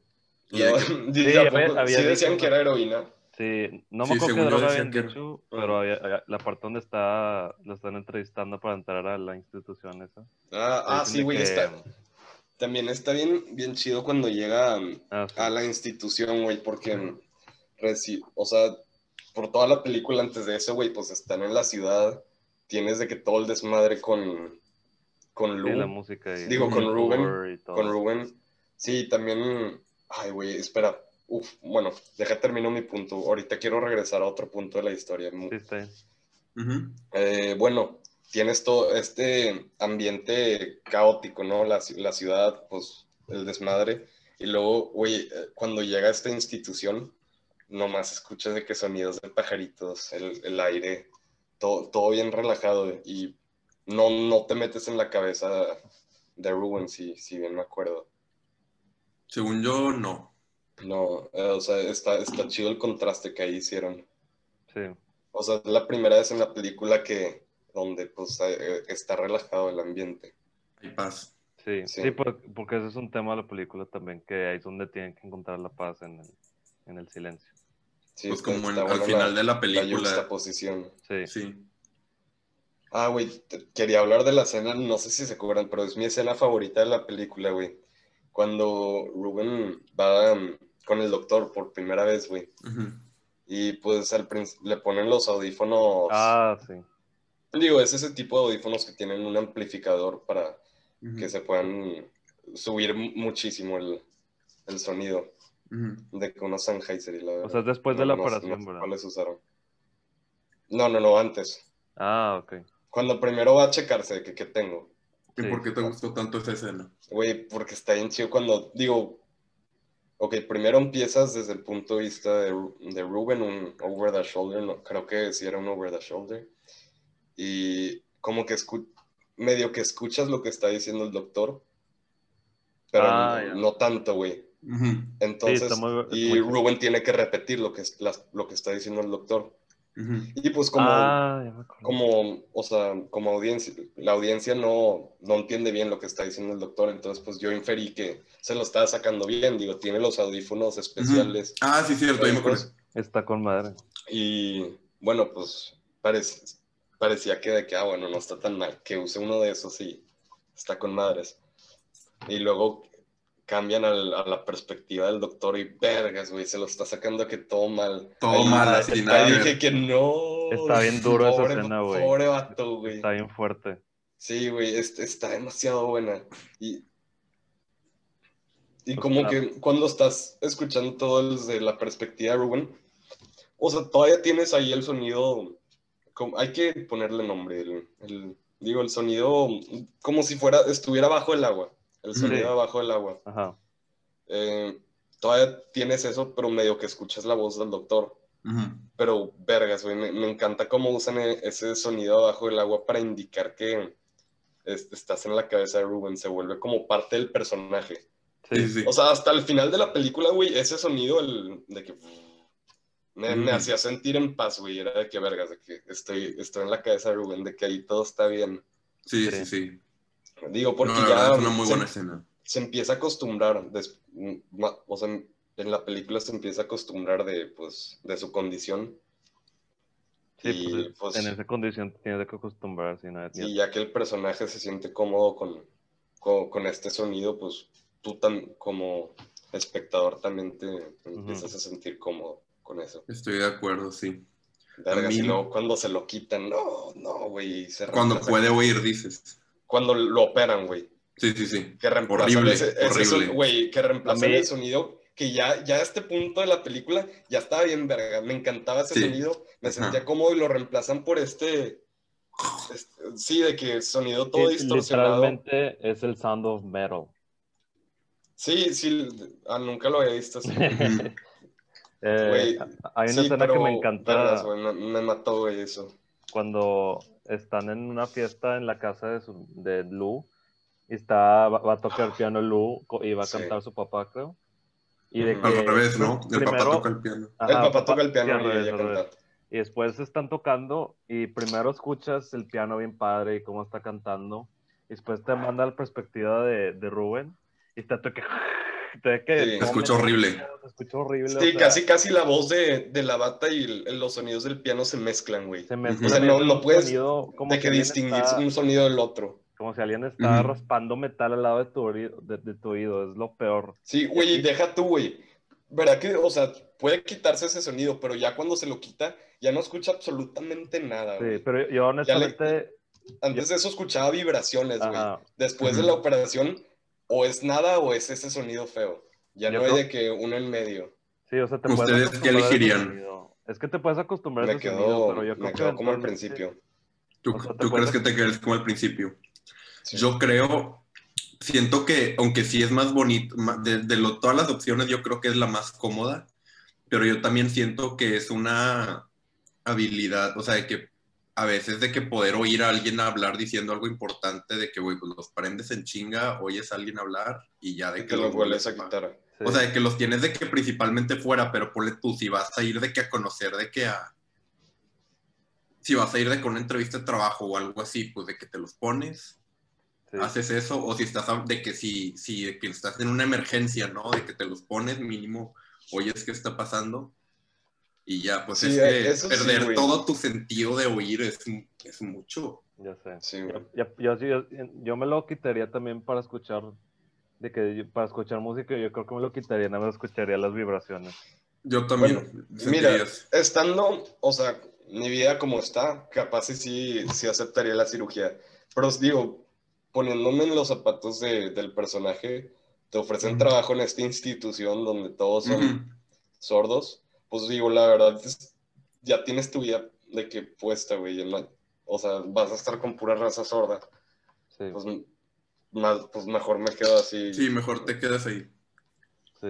[SPEAKER 2] Y de que-
[SPEAKER 3] Sí,
[SPEAKER 2] y tampoco-
[SPEAKER 3] había- había
[SPEAKER 2] sí decían
[SPEAKER 3] dicho-
[SPEAKER 2] que era heroína.
[SPEAKER 3] Sí, no
[SPEAKER 1] Sí,
[SPEAKER 3] me acuerdo qué
[SPEAKER 1] según yo
[SPEAKER 3] droga
[SPEAKER 1] decían
[SPEAKER 3] habían
[SPEAKER 1] que era-
[SPEAKER 3] dicho, pero había- había- la parte donde está, lo están entrevistando para entrar a la institución esa.
[SPEAKER 2] Ah, ah,
[SPEAKER 3] Dicen
[SPEAKER 2] sí,
[SPEAKER 3] de
[SPEAKER 2] güey,
[SPEAKER 3] que-
[SPEAKER 2] está. También está bien, bien chido cuando llega um,
[SPEAKER 3] Ah, sí.
[SPEAKER 2] a la institución, güey, porque, um, reci- o sea, por toda la película antes de eso, güey, pues están en la ciudad, tienes de que todo el desmadre con, con
[SPEAKER 3] Sí,
[SPEAKER 2] Lu,
[SPEAKER 3] la música. y-
[SPEAKER 2] Digo,
[SPEAKER 1] con
[SPEAKER 3] y
[SPEAKER 2] Rubén,
[SPEAKER 3] Thor y todo.
[SPEAKER 2] con Rubén. Sí, también, ay, güey, espera, uf, bueno, deja termino mi punto, ahorita quiero regresar a otro punto de la historia, mu-
[SPEAKER 3] Sí, está bien.
[SPEAKER 1] Ujú.
[SPEAKER 2] eh, bueno, tienes todo este ambiente caótico, ¿no? La, ci- la ciudad, pues el desmadre. Y luego, güey, eh, cuando llega esta institución, nomás escuchas de que sonidos de pajaritos, el, el aire, todo, todo bien relajado y no, no te metes en la cabeza de Ruben, si, si bien me acuerdo.
[SPEAKER 1] Según yo, no.
[SPEAKER 2] No, eh, o sea, está, está chido el contraste que ahí hicieron.
[SPEAKER 3] Sí.
[SPEAKER 2] O sea, es la primera vez en la película que donde pues eh, está relajado el ambiente.
[SPEAKER 1] Hay paz.
[SPEAKER 3] Sí,
[SPEAKER 2] Sí.
[SPEAKER 3] sí, por- porque ese es un tema de la película también, que ahí es donde tienen que encontrar la paz en el, en el silencio.
[SPEAKER 2] Sí,
[SPEAKER 1] pues
[SPEAKER 2] está-
[SPEAKER 1] como en-
[SPEAKER 2] está
[SPEAKER 1] al
[SPEAKER 2] buena
[SPEAKER 1] final de la
[SPEAKER 2] la
[SPEAKER 1] película.
[SPEAKER 2] yuxtaposición.
[SPEAKER 3] Sí,
[SPEAKER 1] Sí.
[SPEAKER 2] Ah, güey, te- quería hablar de la escena, no sé si se acuerdan, pero es mi escena favorita de la película, güey. Cuando Ruben va mm, con el doctor por primera vez, güey.
[SPEAKER 1] Ujú.
[SPEAKER 2] Y pues al princ- le ponen los audífonos.
[SPEAKER 3] Ah, sí.
[SPEAKER 2] Digo, es ese tipo de audífonos que tienen un amplificador para que se puedan subir mu- muchísimo el, el sonido.
[SPEAKER 1] Ujú.
[SPEAKER 2] De que unos Sennheiser y la
[SPEAKER 3] O sea, es después de la operación,
[SPEAKER 2] sé
[SPEAKER 3] ¿verdad?
[SPEAKER 2] ¿Cuáles usaron? No, no, no, antes.
[SPEAKER 3] Ah, ok.
[SPEAKER 2] Cuando primero va a checarse de que, qué tengo.
[SPEAKER 1] ¿Y
[SPEAKER 3] Sí,
[SPEAKER 1] por qué
[SPEAKER 3] sí,
[SPEAKER 1] te gustó tanto esa escena?
[SPEAKER 2] Güey, porque está bien chido cuando digo, ok, primero empiezas desde el punto de vista de, Ru- de Ruben, un over the shoulder, no, creo que sí era un over the shoulder. Y como que escu- medio que escuchas lo que está diciendo el doctor, pero
[SPEAKER 3] Ah, ya.
[SPEAKER 2] no tanto, güey.
[SPEAKER 1] Ujú.
[SPEAKER 2] Entonces,
[SPEAKER 3] está muy- está
[SPEAKER 2] y
[SPEAKER 3] muy chido.
[SPEAKER 2] Ruben tiene que repetir lo que, es- las- lo que está diciendo el doctor.
[SPEAKER 1] Ujú.
[SPEAKER 2] Y pues como,
[SPEAKER 3] ah, ya me acuerdo.
[SPEAKER 2] como, o sea, como audiencia, la audiencia no, no entiende bien lo que está diciendo el doctor, entonces pues yo inferí que se lo estaba sacando bien, digo, tiene los audífonos especiales.
[SPEAKER 1] Ah, sí, cierto, ahí me acuerdo.
[SPEAKER 3] Está con madre.
[SPEAKER 2] Y bueno, pues parec- parecía que de que, ah, bueno, no está tan mal, que use uno de esos y está con madres. Y luego cambian al- a la perspectiva del doctor y vergas, güey, se lo está sacando que todo mal.
[SPEAKER 1] Todo
[SPEAKER 2] Ahí-
[SPEAKER 1] mal, así nada.
[SPEAKER 2] Ahí
[SPEAKER 1] que
[SPEAKER 2] dije
[SPEAKER 1] ver.
[SPEAKER 2] que no.
[SPEAKER 3] Está bien duro esa
[SPEAKER 2] Pobre-
[SPEAKER 3] escena, güey.
[SPEAKER 2] Pobre vato, güey.
[SPEAKER 3] Está bien fuerte.
[SPEAKER 2] Sí, güey, es- está demasiado buena. Y, y
[SPEAKER 3] O
[SPEAKER 2] como
[SPEAKER 3] sea-
[SPEAKER 2] que cuando estás escuchando todo desde la perspectiva de Ruben, o sea, todavía tienes ahí el sonido, como- hay que ponerle nombre, el, el- digo, el sonido como si fuera, estuviera bajo el agua, el
[SPEAKER 1] Sí.
[SPEAKER 2] sonido bajo el agua.
[SPEAKER 3] Ajá.
[SPEAKER 2] Eh, todavía tienes eso, pero medio que escuchas la voz del doctor.
[SPEAKER 1] Ujú.
[SPEAKER 2] Pero vergas, güey, me, me encanta cómo usan e- ese sonido abajo del agua para indicar que es- estás en la cabeza de Ruben, se vuelve como parte del personaje.
[SPEAKER 1] Sí,
[SPEAKER 3] Sí,
[SPEAKER 1] sí, sí.
[SPEAKER 2] O sea, hasta el final de la película, güey, ese sonido el, de que me, me
[SPEAKER 1] Mm.
[SPEAKER 2] hacía sentir en paz, güey, era de que vergas, de que estoy, estoy en la cabeza de Ruben, de que ahí todo está bien.
[SPEAKER 1] Sí, sí,
[SPEAKER 3] Sí.
[SPEAKER 1] sí.
[SPEAKER 2] Digo, porque
[SPEAKER 1] No, la
[SPEAKER 2] ya
[SPEAKER 1] verdad es una muy
[SPEAKER 2] se-
[SPEAKER 1] buena escena.
[SPEAKER 2] se empieza a acostumbrar, des- m- ma- o sea, en la película se empieza a acostumbrar de, pues, de su condición.
[SPEAKER 3] Sí,
[SPEAKER 2] y,
[SPEAKER 3] pues,
[SPEAKER 2] pues,
[SPEAKER 3] en esa condición tienes que acostumbrarse. ¿no?
[SPEAKER 2] Y ya que el personaje se siente cómodo con, con, con este sonido, pues tú tan, como espectador también te empiezas a sentir cómodo con eso.
[SPEAKER 1] Estoy de acuerdo, sí.
[SPEAKER 2] Vergas,
[SPEAKER 1] mí-
[SPEAKER 2] y luego cuando se lo quitan, no, no, güey. y se
[SPEAKER 1] Cuando
[SPEAKER 2] reemplaza-
[SPEAKER 1] puede oír, dices.
[SPEAKER 2] Cuando lo operan, güey.
[SPEAKER 1] Sí, sí,
[SPEAKER 3] *laughs*
[SPEAKER 1] sí.
[SPEAKER 2] Que reemplazan
[SPEAKER 1] Horrible,
[SPEAKER 2] ese, ese
[SPEAKER 1] horrible.
[SPEAKER 2] son- güey, que reemplazan
[SPEAKER 3] A mí-
[SPEAKER 2] el sonido que ya, ya a este punto de la película ya estaba bien verga. Me encantaba ese
[SPEAKER 1] Sí.
[SPEAKER 2] sonido, me
[SPEAKER 1] Ajá.
[SPEAKER 2] sentía cómodo y lo reemplazan por este, este- sí, de que sonido todo distorsionado.
[SPEAKER 3] Literalmente es el sound of metal.
[SPEAKER 2] Sí, sí, ah, nunca lo había visto
[SPEAKER 3] *laughs*
[SPEAKER 2] así.
[SPEAKER 1] Ujú.
[SPEAKER 3] Eh,
[SPEAKER 2] Güey,
[SPEAKER 3] hay una
[SPEAKER 2] Sí,
[SPEAKER 3] escena que
[SPEAKER 2] pero,
[SPEAKER 3] me encanta.
[SPEAKER 2] vergas, güey, me, me mató, güey, eso.
[SPEAKER 3] cuando están en una fiesta en la casa de, su, de Lu y está, va, va a tocar piano Lu co- y va a
[SPEAKER 2] Ah. Sí.
[SPEAKER 3] cantar su papá, creo. Y de
[SPEAKER 2] Ujú.
[SPEAKER 1] Al
[SPEAKER 3] que
[SPEAKER 1] revés, ¿no? El papá
[SPEAKER 3] Eh, pues, primero-
[SPEAKER 1] toca el piano.
[SPEAKER 3] ajá,
[SPEAKER 2] el papá toca el
[SPEAKER 3] sí,
[SPEAKER 2] piano
[SPEAKER 3] al
[SPEAKER 2] y
[SPEAKER 3] revés,
[SPEAKER 2] ella
[SPEAKER 3] al revés.
[SPEAKER 2] canta.
[SPEAKER 3] Y después están tocando y primero escuchas el piano bien padre y cómo está cantando. y después te manda la perspectiva de, de Rubén y está toque. *laughs* Te, que
[SPEAKER 2] Sí.
[SPEAKER 1] Se escucha horrible.
[SPEAKER 3] Se escucha horrible. o
[SPEAKER 2] Sí,
[SPEAKER 3] sea,
[SPEAKER 2] casi, casi la voz de, de la bata y el- los sonidos del piano se mezclan, güey.
[SPEAKER 3] Se
[SPEAKER 1] O sea,
[SPEAKER 3] mezcla
[SPEAKER 2] no-
[SPEAKER 3] bien
[SPEAKER 2] no
[SPEAKER 3] un
[SPEAKER 2] puedes
[SPEAKER 3] sonido como
[SPEAKER 2] De que
[SPEAKER 3] alguien
[SPEAKER 2] distinguir
[SPEAKER 3] está-
[SPEAKER 2] un sonido del otro.
[SPEAKER 3] como si alguien está
[SPEAKER 1] Ujú.
[SPEAKER 3] raspando metal al lado de tu, oído, de, de tu oído, es lo peor.
[SPEAKER 2] Sí, güey, y deja tú, güey. Verá que, o sea, puede quitarse ese sonido, pero ya cuando se lo quita, ya no escucha absolutamente nada,
[SPEAKER 3] Sí,
[SPEAKER 2] güey.
[SPEAKER 3] pero yo honestamente,
[SPEAKER 2] Antes de eso escuchaba vibraciones, güey.
[SPEAKER 3] ajá,
[SPEAKER 2] Después de
[SPEAKER 1] Ujú.
[SPEAKER 2] la operación, o es nada o es ese sonido feo. Ya
[SPEAKER 3] Yo
[SPEAKER 2] no es
[SPEAKER 3] creo-
[SPEAKER 2] de que uno en medio.
[SPEAKER 3] sí, o sea, te puedes
[SPEAKER 1] ¿Ustedes qué
[SPEAKER 3] acostumbrar a ese
[SPEAKER 1] elegirían?
[SPEAKER 3] sonido. Es que te puedes acostumbrar a
[SPEAKER 2] Me
[SPEAKER 3] ese sonido,
[SPEAKER 2] quedó,
[SPEAKER 3] pero yo creo
[SPEAKER 2] me
[SPEAKER 3] que
[SPEAKER 2] quedó como al
[SPEAKER 3] eventualmente-
[SPEAKER 2] principio.
[SPEAKER 1] ¿Tú,
[SPEAKER 3] O sea, te
[SPEAKER 1] tú
[SPEAKER 3] puedes-
[SPEAKER 1] crees que te quedes como al principio?
[SPEAKER 2] Sí.
[SPEAKER 1] Yo creo, siento que aunque sí es más bonito, ma- de, de lo- todas las opciones yo creo que es la más cómoda, pero yo también siento que es una habilidad, o sea, de que a veces de que poder oír a alguien hablar diciendo algo importante, de que, güey, pues los prendes en chinga, oyes a alguien hablar y ya de
[SPEAKER 2] Y
[SPEAKER 1] que
[SPEAKER 2] te lo
[SPEAKER 1] los
[SPEAKER 2] vuelves a quitar.
[SPEAKER 3] Sí.
[SPEAKER 1] O sea, de que los tienes de que principalmente fuera, pero ponle tú, si vas a ir de que a conocer, de que a... Si vas a ir de que a una entrevista de trabajo o algo así, pues de que te los pones
[SPEAKER 3] sí.
[SPEAKER 1] haces eso o si estás a- de que si si de que estás en una emergencia no de que te los pones mínimo oyes qué está pasando y ya pues
[SPEAKER 2] Sí,
[SPEAKER 1] es
[SPEAKER 2] eh,
[SPEAKER 1] que
[SPEAKER 2] eso sí,
[SPEAKER 1] perder
[SPEAKER 2] güey.
[SPEAKER 1] todo tu sentido de oír es, es mucho
[SPEAKER 3] Ya sé.
[SPEAKER 2] Sí, güey.
[SPEAKER 3] Yo, yo, yo- yo me lo quitaría también para escuchar, de que yo- para escuchar música, yo creo que me lo quitaría, nada más escucharía las vibraciones.
[SPEAKER 1] yo también
[SPEAKER 2] Bueno,
[SPEAKER 1] sentiría
[SPEAKER 2] mira.
[SPEAKER 1] eso.
[SPEAKER 2] Estando, o sea, mi vida como está, capaz y sí, sí aceptaría la cirugía. Pero os digo, poniéndome en los zapatos de- del personaje, te ofrecen
[SPEAKER 1] Ujú.
[SPEAKER 2] trabajo en esta institución donde todos son
[SPEAKER 1] Ujú.
[SPEAKER 2] sordos. Pues digo, la verdad, es- ya tienes tu vida de que puesta, güey. en la- o sea, vas a estar con pura raza sorda.
[SPEAKER 3] Sí,
[SPEAKER 2] Pues, más, pues mejor me quedo así.
[SPEAKER 1] sí mejor te quedas ahí
[SPEAKER 3] sí.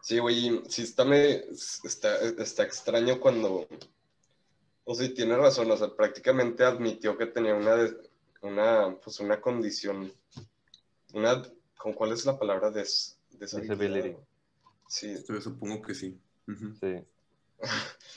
[SPEAKER 2] Sí, güey, sí está, me, está, está extraño cuando... O sea, y tiene razón, o sea, prácticamente admitió que tenía una, des- una pues una condición, una, ¿con cuál es la palabra? Des, deshabilidad.
[SPEAKER 3] Disability.
[SPEAKER 2] Sí,
[SPEAKER 1] Yo Este, supongo que sí Ujú.
[SPEAKER 2] *laughs*
[SPEAKER 3] Sí.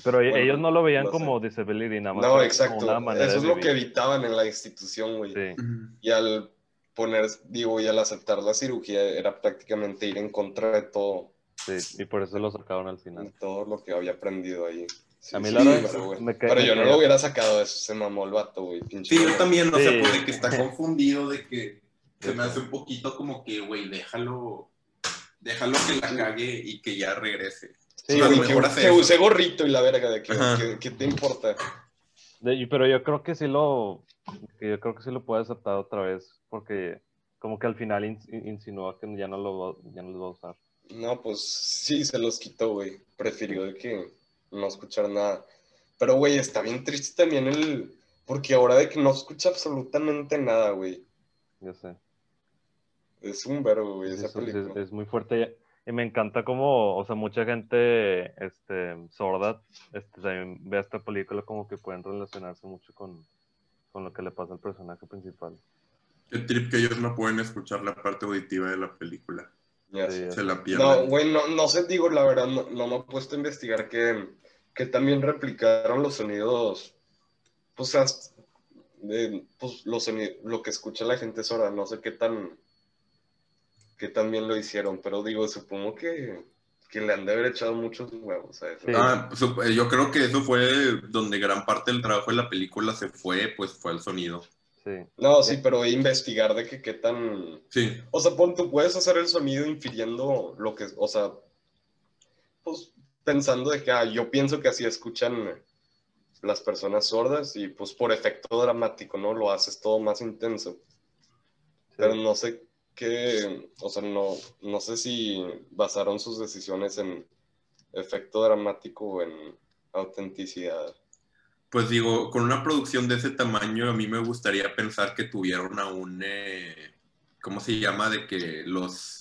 [SPEAKER 3] Pero e,
[SPEAKER 2] Bueno,
[SPEAKER 3] ellos no lo veían
[SPEAKER 2] no sé.
[SPEAKER 3] como disability, nada más.
[SPEAKER 2] no,
[SPEAKER 3] como
[SPEAKER 2] exacto,
[SPEAKER 3] una manera
[SPEAKER 2] eso
[SPEAKER 3] de
[SPEAKER 2] es lo que
[SPEAKER 3] vivir.
[SPEAKER 2] evitaban en la institución, güey.
[SPEAKER 3] Sí,
[SPEAKER 1] Ujú.
[SPEAKER 2] Y al poner, digo, y al aceptar la cirugía era prácticamente ir en contra de todo,
[SPEAKER 3] sí, y por eso lo sacaron al final.
[SPEAKER 2] de todo lo que había aprendido ahí. Sí,
[SPEAKER 3] A mí
[SPEAKER 2] sí,
[SPEAKER 3] la
[SPEAKER 2] sí,
[SPEAKER 3] verdad
[SPEAKER 2] pero, güey.
[SPEAKER 3] me ca-
[SPEAKER 2] Pero
[SPEAKER 3] me
[SPEAKER 2] yo no
[SPEAKER 3] caga.
[SPEAKER 2] lo hubiera sacado eso, se mamó el vato, güey. pinche
[SPEAKER 1] sí yo
[SPEAKER 2] mamón.
[SPEAKER 1] también no sé
[SPEAKER 3] Sí.
[SPEAKER 1] pues de que está confundido de que se me
[SPEAKER 3] Sí.
[SPEAKER 1] hace un poquito como que güey déjalo déjalo que la cague y que ya regrese
[SPEAKER 2] Sí,
[SPEAKER 3] Sí,
[SPEAKER 1] a lo
[SPEAKER 2] güey,
[SPEAKER 3] güey.
[SPEAKER 2] que,
[SPEAKER 1] mejor hace
[SPEAKER 2] que
[SPEAKER 1] eso.
[SPEAKER 2] use gorrito y la verga de que,
[SPEAKER 1] Ajá.
[SPEAKER 2] que- que te importa.
[SPEAKER 3] De- y- pero yo creo que sí lo, que yo creo que sí lo puede aceptar otra vez, porque como que al final ins- insinúa que ya no lo, va- ya no lo va a usar.
[SPEAKER 2] No, pues sí, se los quitó, güey. Prefirió de que no escuchar nada. Pero, güey, está bien triste también el... Porque ahora de que no escucha absolutamente nada, güey.
[SPEAKER 3] Yo sé.
[SPEAKER 2] Es un verbo, güey,
[SPEAKER 3] Sí,
[SPEAKER 2] esa
[SPEAKER 3] sí, sí,
[SPEAKER 2] película.
[SPEAKER 3] es, es muy fuerte. Y me encanta como, o sea, mucha gente este, sorda este, también ve esta película como que pueden relacionarse mucho con, con lo que le pasa al personaje principal.
[SPEAKER 1] el trip que ellos no pueden escuchar la parte auditiva de la película
[SPEAKER 2] Ya
[SPEAKER 3] Sí,
[SPEAKER 2] sé.
[SPEAKER 3] ya
[SPEAKER 1] se
[SPEAKER 3] sé.
[SPEAKER 1] la pierden
[SPEAKER 2] No, güey, no, no sé, digo, la verdad, no, no me he puesto a investigar que, que también replicaron los sonidos, pues, as- de, pues, los soni- lo que escucha la gente sorda, no sé qué tan, qué tan bien lo hicieron, pero digo, supongo que, que le han de haber echado muchos huevos a eso.
[SPEAKER 3] Sí.
[SPEAKER 1] Ah, sup- eh, yo creo que eso fue donde gran parte del trabajo de la película se fue, pues fue el sonido.
[SPEAKER 3] Sí,
[SPEAKER 2] No, sí, pero investigar de que qué tan...
[SPEAKER 1] Sí,
[SPEAKER 2] O sea, pon, tú puedes hacer el sonido infiriendo lo que, o sea, pues pensando de que, ah, yo pienso que así escuchan las personas sordas y pues por efecto dramático, ¿no? Lo haces todo más intenso.
[SPEAKER 3] sí.
[SPEAKER 2] Pero no sé qué, o sea, no, no sé si basaron sus decisiones en efecto dramático o en autenticidad.
[SPEAKER 1] pues digo, con una producción de ese tamaño a mí me gustaría pensar que tuvieron a un, eh, ¿cómo se llama? De que los...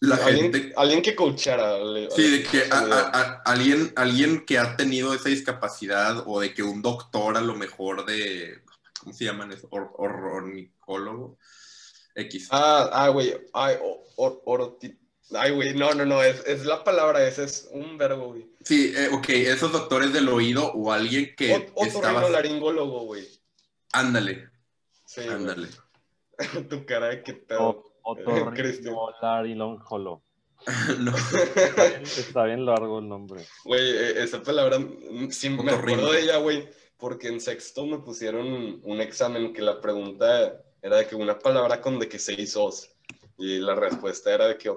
[SPEAKER 1] La
[SPEAKER 2] Alguien,
[SPEAKER 1] gente...
[SPEAKER 2] alguien que coachara. le-
[SPEAKER 1] Sí, de que ah, a-
[SPEAKER 2] sonido.
[SPEAKER 1] a- a- alguien, alguien que ha tenido esa discapacidad o de que un doctor a lo mejor de... ¿Cómo se llaman? eso? Or- ornicólogo. X.
[SPEAKER 2] Ah, ah, güey. Ay, o- or- oroti- Ay, güey, no, no, no, es, es la palabra, ese es un verbo, güey.
[SPEAKER 1] Sí, eh, ok, esos doctores del oído o alguien que
[SPEAKER 2] Ot-
[SPEAKER 1] estaba...
[SPEAKER 2] Otorrinolaringólogo, güey.
[SPEAKER 1] Ándale,
[SPEAKER 2] Sí, güey.
[SPEAKER 1] ándale. *laughs*
[SPEAKER 2] *laughs* tu cara de que te...
[SPEAKER 3] O, Otto
[SPEAKER 2] Cristian.
[SPEAKER 3] Molar y Long Hollow.
[SPEAKER 1] no,
[SPEAKER 3] Está bien, está bien largo el nombre.
[SPEAKER 2] *laughs* Güey, eh, esa palabra mm, sí me
[SPEAKER 1] Otorrino.
[SPEAKER 2] acuerdo de ella, güey, porque en sexto me pusieron un examen que la pregunta era de que una palabra con de que seis os y la respuesta era de que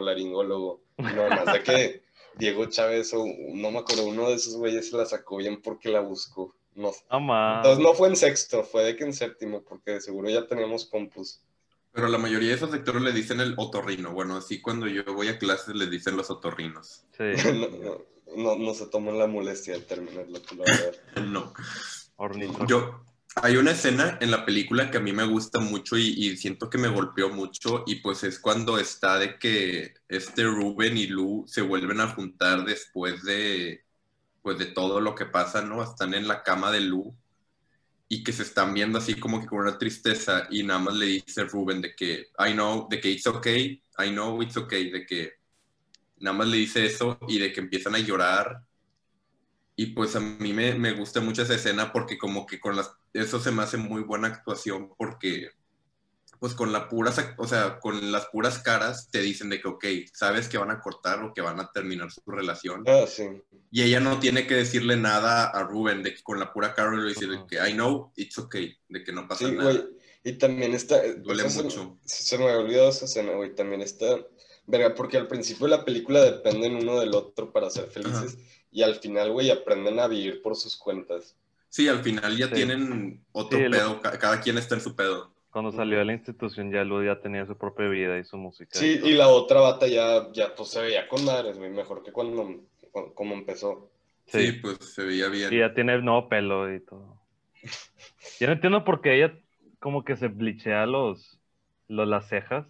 [SPEAKER 2] otorrinolaringólogo. No, más de que Diego Chávez o no me acuerdo, uno de esos güeyes la sacó bien porque la buscó. No sé.
[SPEAKER 3] No
[SPEAKER 1] Ah.
[SPEAKER 3] más.
[SPEAKER 2] Entonces no fue en sexto, fue de que en séptimo, porque de seguro ya teníamos compus. *laughs*
[SPEAKER 1] pero la mayoría de esos sectores le dicen el otorrino. Bueno, así cuando yo voy a clases les dicen los otorrinos.
[SPEAKER 3] Sí.
[SPEAKER 2] No, no, no- no se toman la molestia de terminarlo, la verdad.
[SPEAKER 1] No.
[SPEAKER 2] *laughs*
[SPEAKER 3] Ornitorrinco.
[SPEAKER 1] Yo, hay una escena en la película que a mí me gusta mucho y, y siento que me golpeó mucho y pues es cuando está de que este Rubén y Lu se vuelven a juntar después de, pues de todo lo que pasa, ¿no? Están en la cama de Lu y que se están viendo así como que con una tristeza y nada más le dice Rubén de que, I know, de que it's okay, I know it's okay, de que nada más le dice eso y de que empiezan a llorar y pues a mí me, me gusta mucho esa escena porque como que con las... Eso se me hace muy buena actuación porque pues con la puras, ac- o sea, con las puras caras te dicen de que, ok, sabes que van a cortar o que van a terminar su relación.
[SPEAKER 2] Ah, sí.
[SPEAKER 1] Y ella no tiene que decirle nada a Rubén de que con la pura cara le dice de que, I know, it's okay, de que no pasa
[SPEAKER 2] Sí,
[SPEAKER 1] nada.
[SPEAKER 2] güey. Y también está.
[SPEAKER 1] Duele
[SPEAKER 2] esa se-
[SPEAKER 1] mucho.
[SPEAKER 2] Se, me había olvidado esa escena, güey. También está. Verga, porque al principio de la película dependen uno del otro para ser felices. Y al final, güey, aprenden a vivir por sus cuentas.
[SPEAKER 1] Sí, al final ya
[SPEAKER 3] Sí.
[SPEAKER 1] tienen otro
[SPEAKER 3] Sí, lo-
[SPEAKER 1] pedo, ca- cada quien está en su pedo.
[SPEAKER 3] Cuando salió de la institución ya Lud ya tenía su propia vida y su música.
[SPEAKER 2] Sí, y la otra bata ya, ya pues, se veía con madres, güey. Mejor que cuando, cu- como empezó.
[SPEAKER 1] Sí,
[SPEAKER 3] Sí.
[SPEAKER 1] pues se veía bien.
[SPEAKER 3] Y ya tiene nuevo pelo y todo. Yo no entiendo por qué ella como que se blichea los, los las cejas.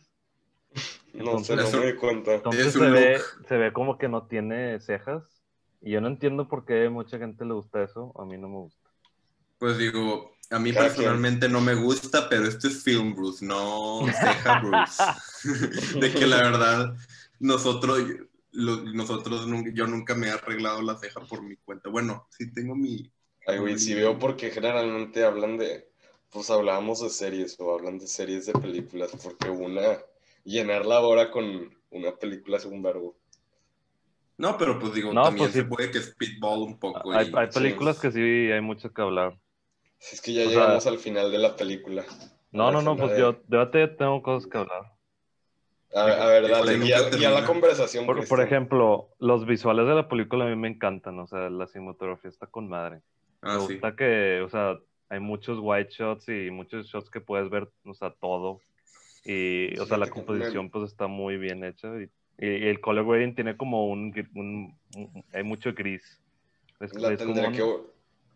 [SPEAKER 2] No sé,
[SPEAKER 1] Entonces-
[SPEAKER 2] no me di cuenta.
[SPEAKER 3] Entonces
[SPEAKER 1] Es
[SPEAKER 3] se
[SPEAKER 1] un
[SPEAKER 3] ve, se ve como que no tiene cejas. Y yo no entiendo por qué a mucha gente le gusta eso. A mí no me gusta.
[SPEAKER 1] Pues digo, a mí
[SPEAKER 2] Cada
[SPEAKER 1] personalmente no me gusta, pero esto es Film Bruce,
[SPEAKER 3] *laughs*
[SPEAKER 1] no Ceja Bruce. de que la verdad, nosotros, lo- nosotros nunca- yo nunca me he arreglado la ceja por mi cuenta. Bueno, sí tengo mi...
[SPEAKER 2] Ay, güey, sí veo porque generalmente hablan de, pues hablábamos de series o hablan de series de películas, porque una, llenar la hora con una película es un verbo.
[SPEAKER 1] No, pero pues digo,
[SPEAKER 3] No,
[SPEAKER 1] también
[SPEAKER 3] pues sí.
[SPEAKER 1] se puede que speedball un poco.
[SPEAKER 3] Hay,
[SPEAKER 1] y-
[SPEAKER 3] hay
[SPEAKER 2] sí.
[SPEAKER 3] películas que sí hay mucho que hablar.
[SPEAKER 2] Si es que ya
[SPEAKER 3] O sea-
[SPEAKER 2] llegamos al final de la película.
[SPEAKER 3] No, no, no,
[SPEAKER 2] Déjame
[SPEAKER 3] pues
[SPEAKER 2] ver.
[SPEAKER 3] yo de verdad yo tengo cosas que hablar.
[SPEAKER 2] A, a ver,
[SPEAKER 1] Híjole,
[SPEAKER 2] dale,
[SPEAKER 1] nunca
[SPEAKER 2] ya, ya la
[SPEAKER 1] termina.
[SPEAKER 2] conversación. este,
[SPEAKER 3] Por, por
[SPEAKER 2] Cristian.
[SPEAKER 3] ejemplo, los visuales de la película a mí me encantan, o sea, la cinematografía está con madre.
[SPEAKER 1] Ah,
[SPEAKER 3] me
[SPEAKER 1] sí.
[SPEAKER 3] gusta que, o sea, hay muchos wide shots y muchos shots que puedes ver, o sea, todo. Y, o sea, la
[SPEAKER 2] Fíjate que
[SPEAKER 3] composición pues está muy bien hecha. Y, y el color grading tiene como un, gr- un- un- hay mucho gris. Es,
[SPEAKER 2] La
[SPEAKER 3] es como
[SPEAKER 2] tendré,
[SPEAKER 3] un-
[SPEAKER 2] que, vo-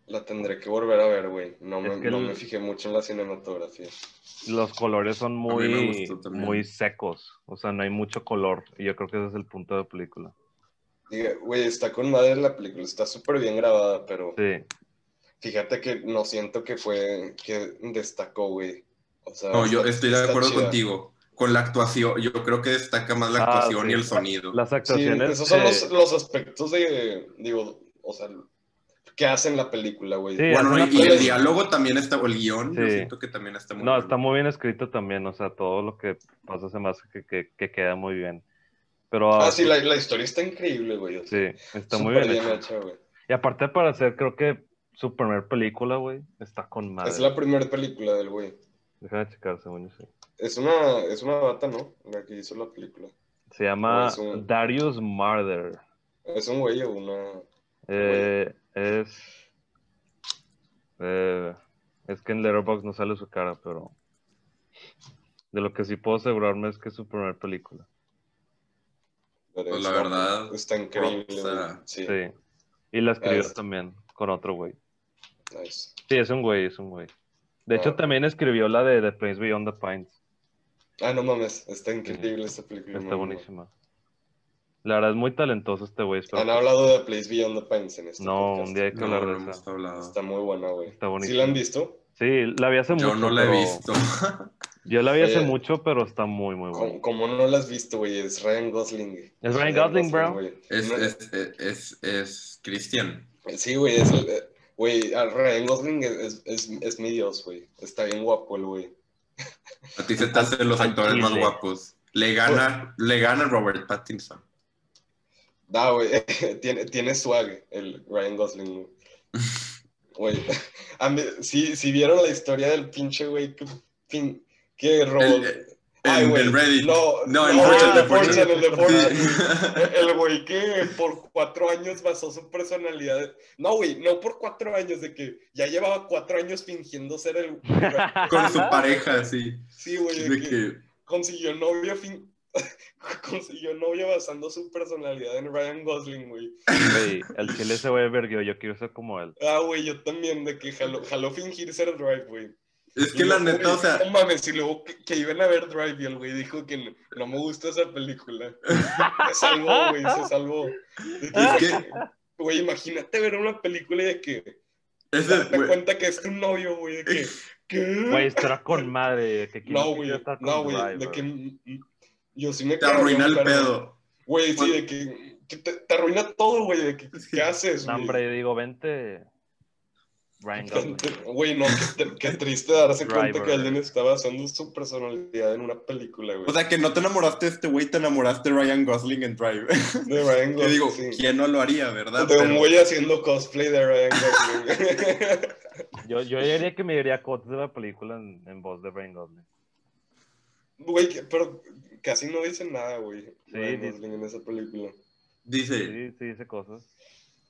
[SPEAKER 2] la tendré que volver a ver, güey. No, me,
[SPEAKER 3] Es que
[SPEAKER 2] no
[SPEAKER 3] el-
[SPEAKER 2] me fijé mucho en la cinematografía.
[SPEAKER 3] los colores son
[SPEAKER 1] mí me
[SPEAKER 3] muy,
[SPEAKER 1] gustó también.
[SPEAKER 3] muy secos, o sea, no hay mucho color. Y yo creo que ese es el punto de la película.
[SPEAKER 2] Diga, Güey, está con madre la película, está súper bien grabada, pero...
[SPEAKER 3] Sí,
[SPEAKER 2] Fíjate que no siento que fue que destacó, güey. O sea,
[SPEAKER 1] No, yo
[SPEAKER 2] está-
[SPEAKER 1] estoy de
[SPEAKER 2] está
[SPEAKER 1] acuerdo
[SPEAKER 2] chida.
[SPEAKER 1] contigo. Con la actuación, yo creo que destaca más la
[SPEAKER 3] Ah,
[SPEAKER 1] actuación
[SPEAKER 3] sí.
[SPEAKER 1] y el sonido.
[SPEAKER 3] las
[SPEAKER 2] Sí,
[SPEAKER 3] actuaciones.
[SPEAKER 2] esos son
[SPEAKER 3] eh,
[SPEAKER 2] los, los aspectos de, digo, o sea, que hacen la película, güey.
[SPEAKER 3] Sí,
[SPEAKER 1] Bueno,
[SPEAKER 3] hacen
[SPEAKER 1] y,
[SPEAKER 3] la
[SPEAKER 1] y el
[SPEAKER 3] película.
[SPEAKER 1] diálogo también está, o el guión, yo
[SPEAKER 3] Sí.
[SPEAKER 1] siento que también está muy
[SPEAKER 3] No,
[SPEAKER 1] bueno.
[SPEAKER 3] está muy bien escrito también, o sea, todo lo que pasa se me hace que, que- que queda muy bien. Pero
[SPEAKER 2] Ah, sí, la, la historia está increíble, güey. o sea,
[SPEAKER 3] sí, está muy
[SPEAKER 2] súper
[SPEAKER 3] bien, hecho.
[SPEAKER 2] hecha, güey.
[SPEAKER 3] Y aparte para hacer, creo que su primer película, güey, está con madre.
[SPEAKER 2] Es la primera película del güey.
[SPEAKER 3] Déjame checar, según yo sí.
[SPEAKER 2] Es una, es una bata, ¿no? La que hizo la película.
[SPEAKER 3] Se llama
[SPEAKER 2] es un-
[SPEAKER 3] Darius Marder.
[SPEAKER 2] Es un güey o una...
[SPEAKER 3] Eh, es... eh, es que en Letterboxd no sale su cara, pero... De lo que sí puedo asegurarme es que es su primer película.
[SPEAKER 1] Pues la
[SPEAKER 2] está-
[SPEAKER 1] verdad,
[SPEAKER 2] Está increíble,
[SPEAKER 1] props a-
[SPEAKER 2] güey. Sí,
[SPEAKER 3] Sí. Y la escribió
[SPEAKER 2] Es-
[SPEAKER 3] también con otro güey.
[SPEAKER 2] nice.
[SPEAKER 3] Sí, es un güey, es un güey. De hecho,
[SPEAKER 2] Ah.
[SPEAKER 3] también escribió la de The Place Beyond the Pines.
[SPEAKER 2] Ah, no mames, está increíble esta película.
[SPEAKER 3] Está
[SPEAKER 2] mamá.
[SPEAKER 3] buenísima. La verdad es muy talentoso este güey. espero
[SPEAKER 2] Han
[SPEAKER 3] que-
[SPEAKER 2] hablado de Place Beyond the Pines en este
[SPEAKER 3] No,
[SPEAKER 2] podcast.
[SPEAKER 3] un día hay que
[SPEAKER 1] No,
[SPEAKER 3] hablar
[SPEAKER 1] no
[SPEAKER 3] de
[SPEAKER 1] hemos
[SPEAKER 3] esa.
[SPEAKER 1] hablado.
[SPEAKER 2] Está muy buena, güey.
[SPEAKER 3] Está
[SPEAKER 2] ¿Sí
[SPEAKER 3] buenísima.
[SPEAKER 2] la han visto?
[SPEAKER 3] Sí, la vi hace mucho.
[SPEAKER 1] Yo no la he
[SPEAKER 3] pero-
[SPEAKER 1] visto.
[SPEAKER 3] Yo la vi hace
[SPEAKER 2] Eh,
[SPEAKER 3] mucho, pero está muy, muy buena.
[SPEAKER 2] Como, como no la has visto, güey, es Ryan Gosling.
[SPEAKER 3] Es Ryan
[SPEAKER 2] Ryan
[SPEAKER 3] Gosling, bro.
[SPEAKER 2] güey.
[SPEAKER 1] *laughs* Es,
[SPEAKER 2] No-
[SPEAKER 1] es, es, es, es Cristian.
[SPEAKER 2] Sí, güey, es el- eh, Güey, a Ryan Gosling es, es, es- es mi dios, güey. Está bien guapo el güey.
[SPEAKER 1] A ti se te hacen los actores más guapos. Le gana,
[SPEAKER 2] Pues-
[SPEAKER 1] le gana Robert Pattinson.
[SPEAKER 2] Da, güey. *laughs* tiene, tiene swag el Ryan
[SPEAKER 1] *laughs*
[SPEAKER 2] Gosling, güey. Güey, *laughs* a mí- si, si vieron la historia del pinche güey que, pin- que robó.
[SPEAKER 1] El- el-
[SPEAKER 2] Ay,
[SPEAKER 1] en-
[SPEAKER 2] güey,
[SPEAKER 1] en Reddit.
[SPEAKER 2] No,
[SPEAKER 1] No, en
[SPEAKER 2] no,
[SPEAKER 1] Fortune,
[SPEAKER 2] el
[SPEAKER 1] en Fortune.
[SPEAKER 2] Fortune, el de Fortune.
[SPEAKER 1] *laughs* Sí.
[SPEAKER 2] *laughs* El güey que por cuatro años basó su personalidad. No, güey, no por cuatro años, de que ya llevaba cuatro años fingiendo ser el.
[SPEAKER 1] Con su pareja, sí.
[SPEAKER 2] Sí, güey, de
[SPEAKER 1] De
[SPEAKER 2] que
[SPEAKER 1] que,
[SPEAKER 2] consiguió novia fin- *laughs* consiguió novia basando su personalidad en Ryan Gosling, güey.
[SPEAKER 3] *laughs* Güey, el chile ese güey verguió, yo quiero ser como él.
[SPEAKER 2] Ah, güey, yo también, de que jaló, jaló fingir ser Drive, güey.
[SPEAKER 1] es
[SPEAKER 2] Y
[SPEAKER 1] que la
[SPEAKER 2] luego,
[SPEAKER 1] neta,
[SPEAKER 2] güey,
[SPEAKER 1] o sea,
[SPEAKER 2] No mames, y luego que, que iban a ver Drive y el güey dijo que no, no me gusta esa película. Se salvó, güey, se salvó. De
[SPEAKER 1] Es
[SPEAKER 2] que-
[SPEAKER 1] que-
[SPEAKER 2] Güey, imagínate ver una película y de que
[SPEAKER 1] es de-
[SPEAKER 2] darte
[SPEAKER 1] güey,
[SPEAKER 2] cuenta que es tu novio, güey, de que... ¿qué?
[SPEAKER 3] Güey, estará con madre. Que quiero-
[SPEAKER 2] no,
[SPEAKER 3] quiero
[SPEAKER 2] güey,
[SPEAKER 3] estar con
[SPEAKER 2] no, güey,
[SPEAKER 3] Driver.
[SPEAKER 2] de que... mm, mm, Yo sí me
[SPEAKER 1] te
[SPEAKER 2] cago,
[SPEAKER 1] arruina el
[SPEAKER 2] pero-
[SPEAKER 1] pedo.
[SPEAKER 2] Güey, sí, de que, que te, te arruina todo, güey, de que ¿qué haces,
[SPEAKER 3] No,
[SPEAKER 2] güey? *laughs*
[SPEAKER 3] hombre, digo, vente. Ryan Gosling.
[SPEAKER 2] Güey, no, qué, tr- qué triste darse cuenta
[SPEAKER 3] Driver.
[SPEAKER 2] que alguien está basando su personalidad en una película, güey.
[SPEAKER 1] O sea, que no te enamoraste de este güey, te enamoraste de Ryan Gosling en Drive. *laughs*
[SPEAKER 2] de Ryan
[SPEAKER 1] Yo
[SPEAKER 2] Gosling.
[SPEAKER 1] digo,
[SPEAKER 2] sí.
[SPEAKER 1] ¿quién no lo haría, verdad?
[SPEAKER 2] De un
[SPEAKER 1] Pero-
[SPEAKER 2] güey haciendo cosplay de Ryan Gosling. *laughs*
[SPEAKER 3] Yo, yo diría que me diría cots de la película en, en voz de Ryan Gosling.
[SPEAKER 2] Güey, que- pero casi no dicen nada, güey.
[SPEAKER 3] Sí,
[SPEAKER 2] Ryan
[SPEAKER 3] dice-
[SPEAKER 2] Gosling en esa película.
[SPEAKER 1] Dice,
[SPEAKER 3] Sí, sí, dice cosas.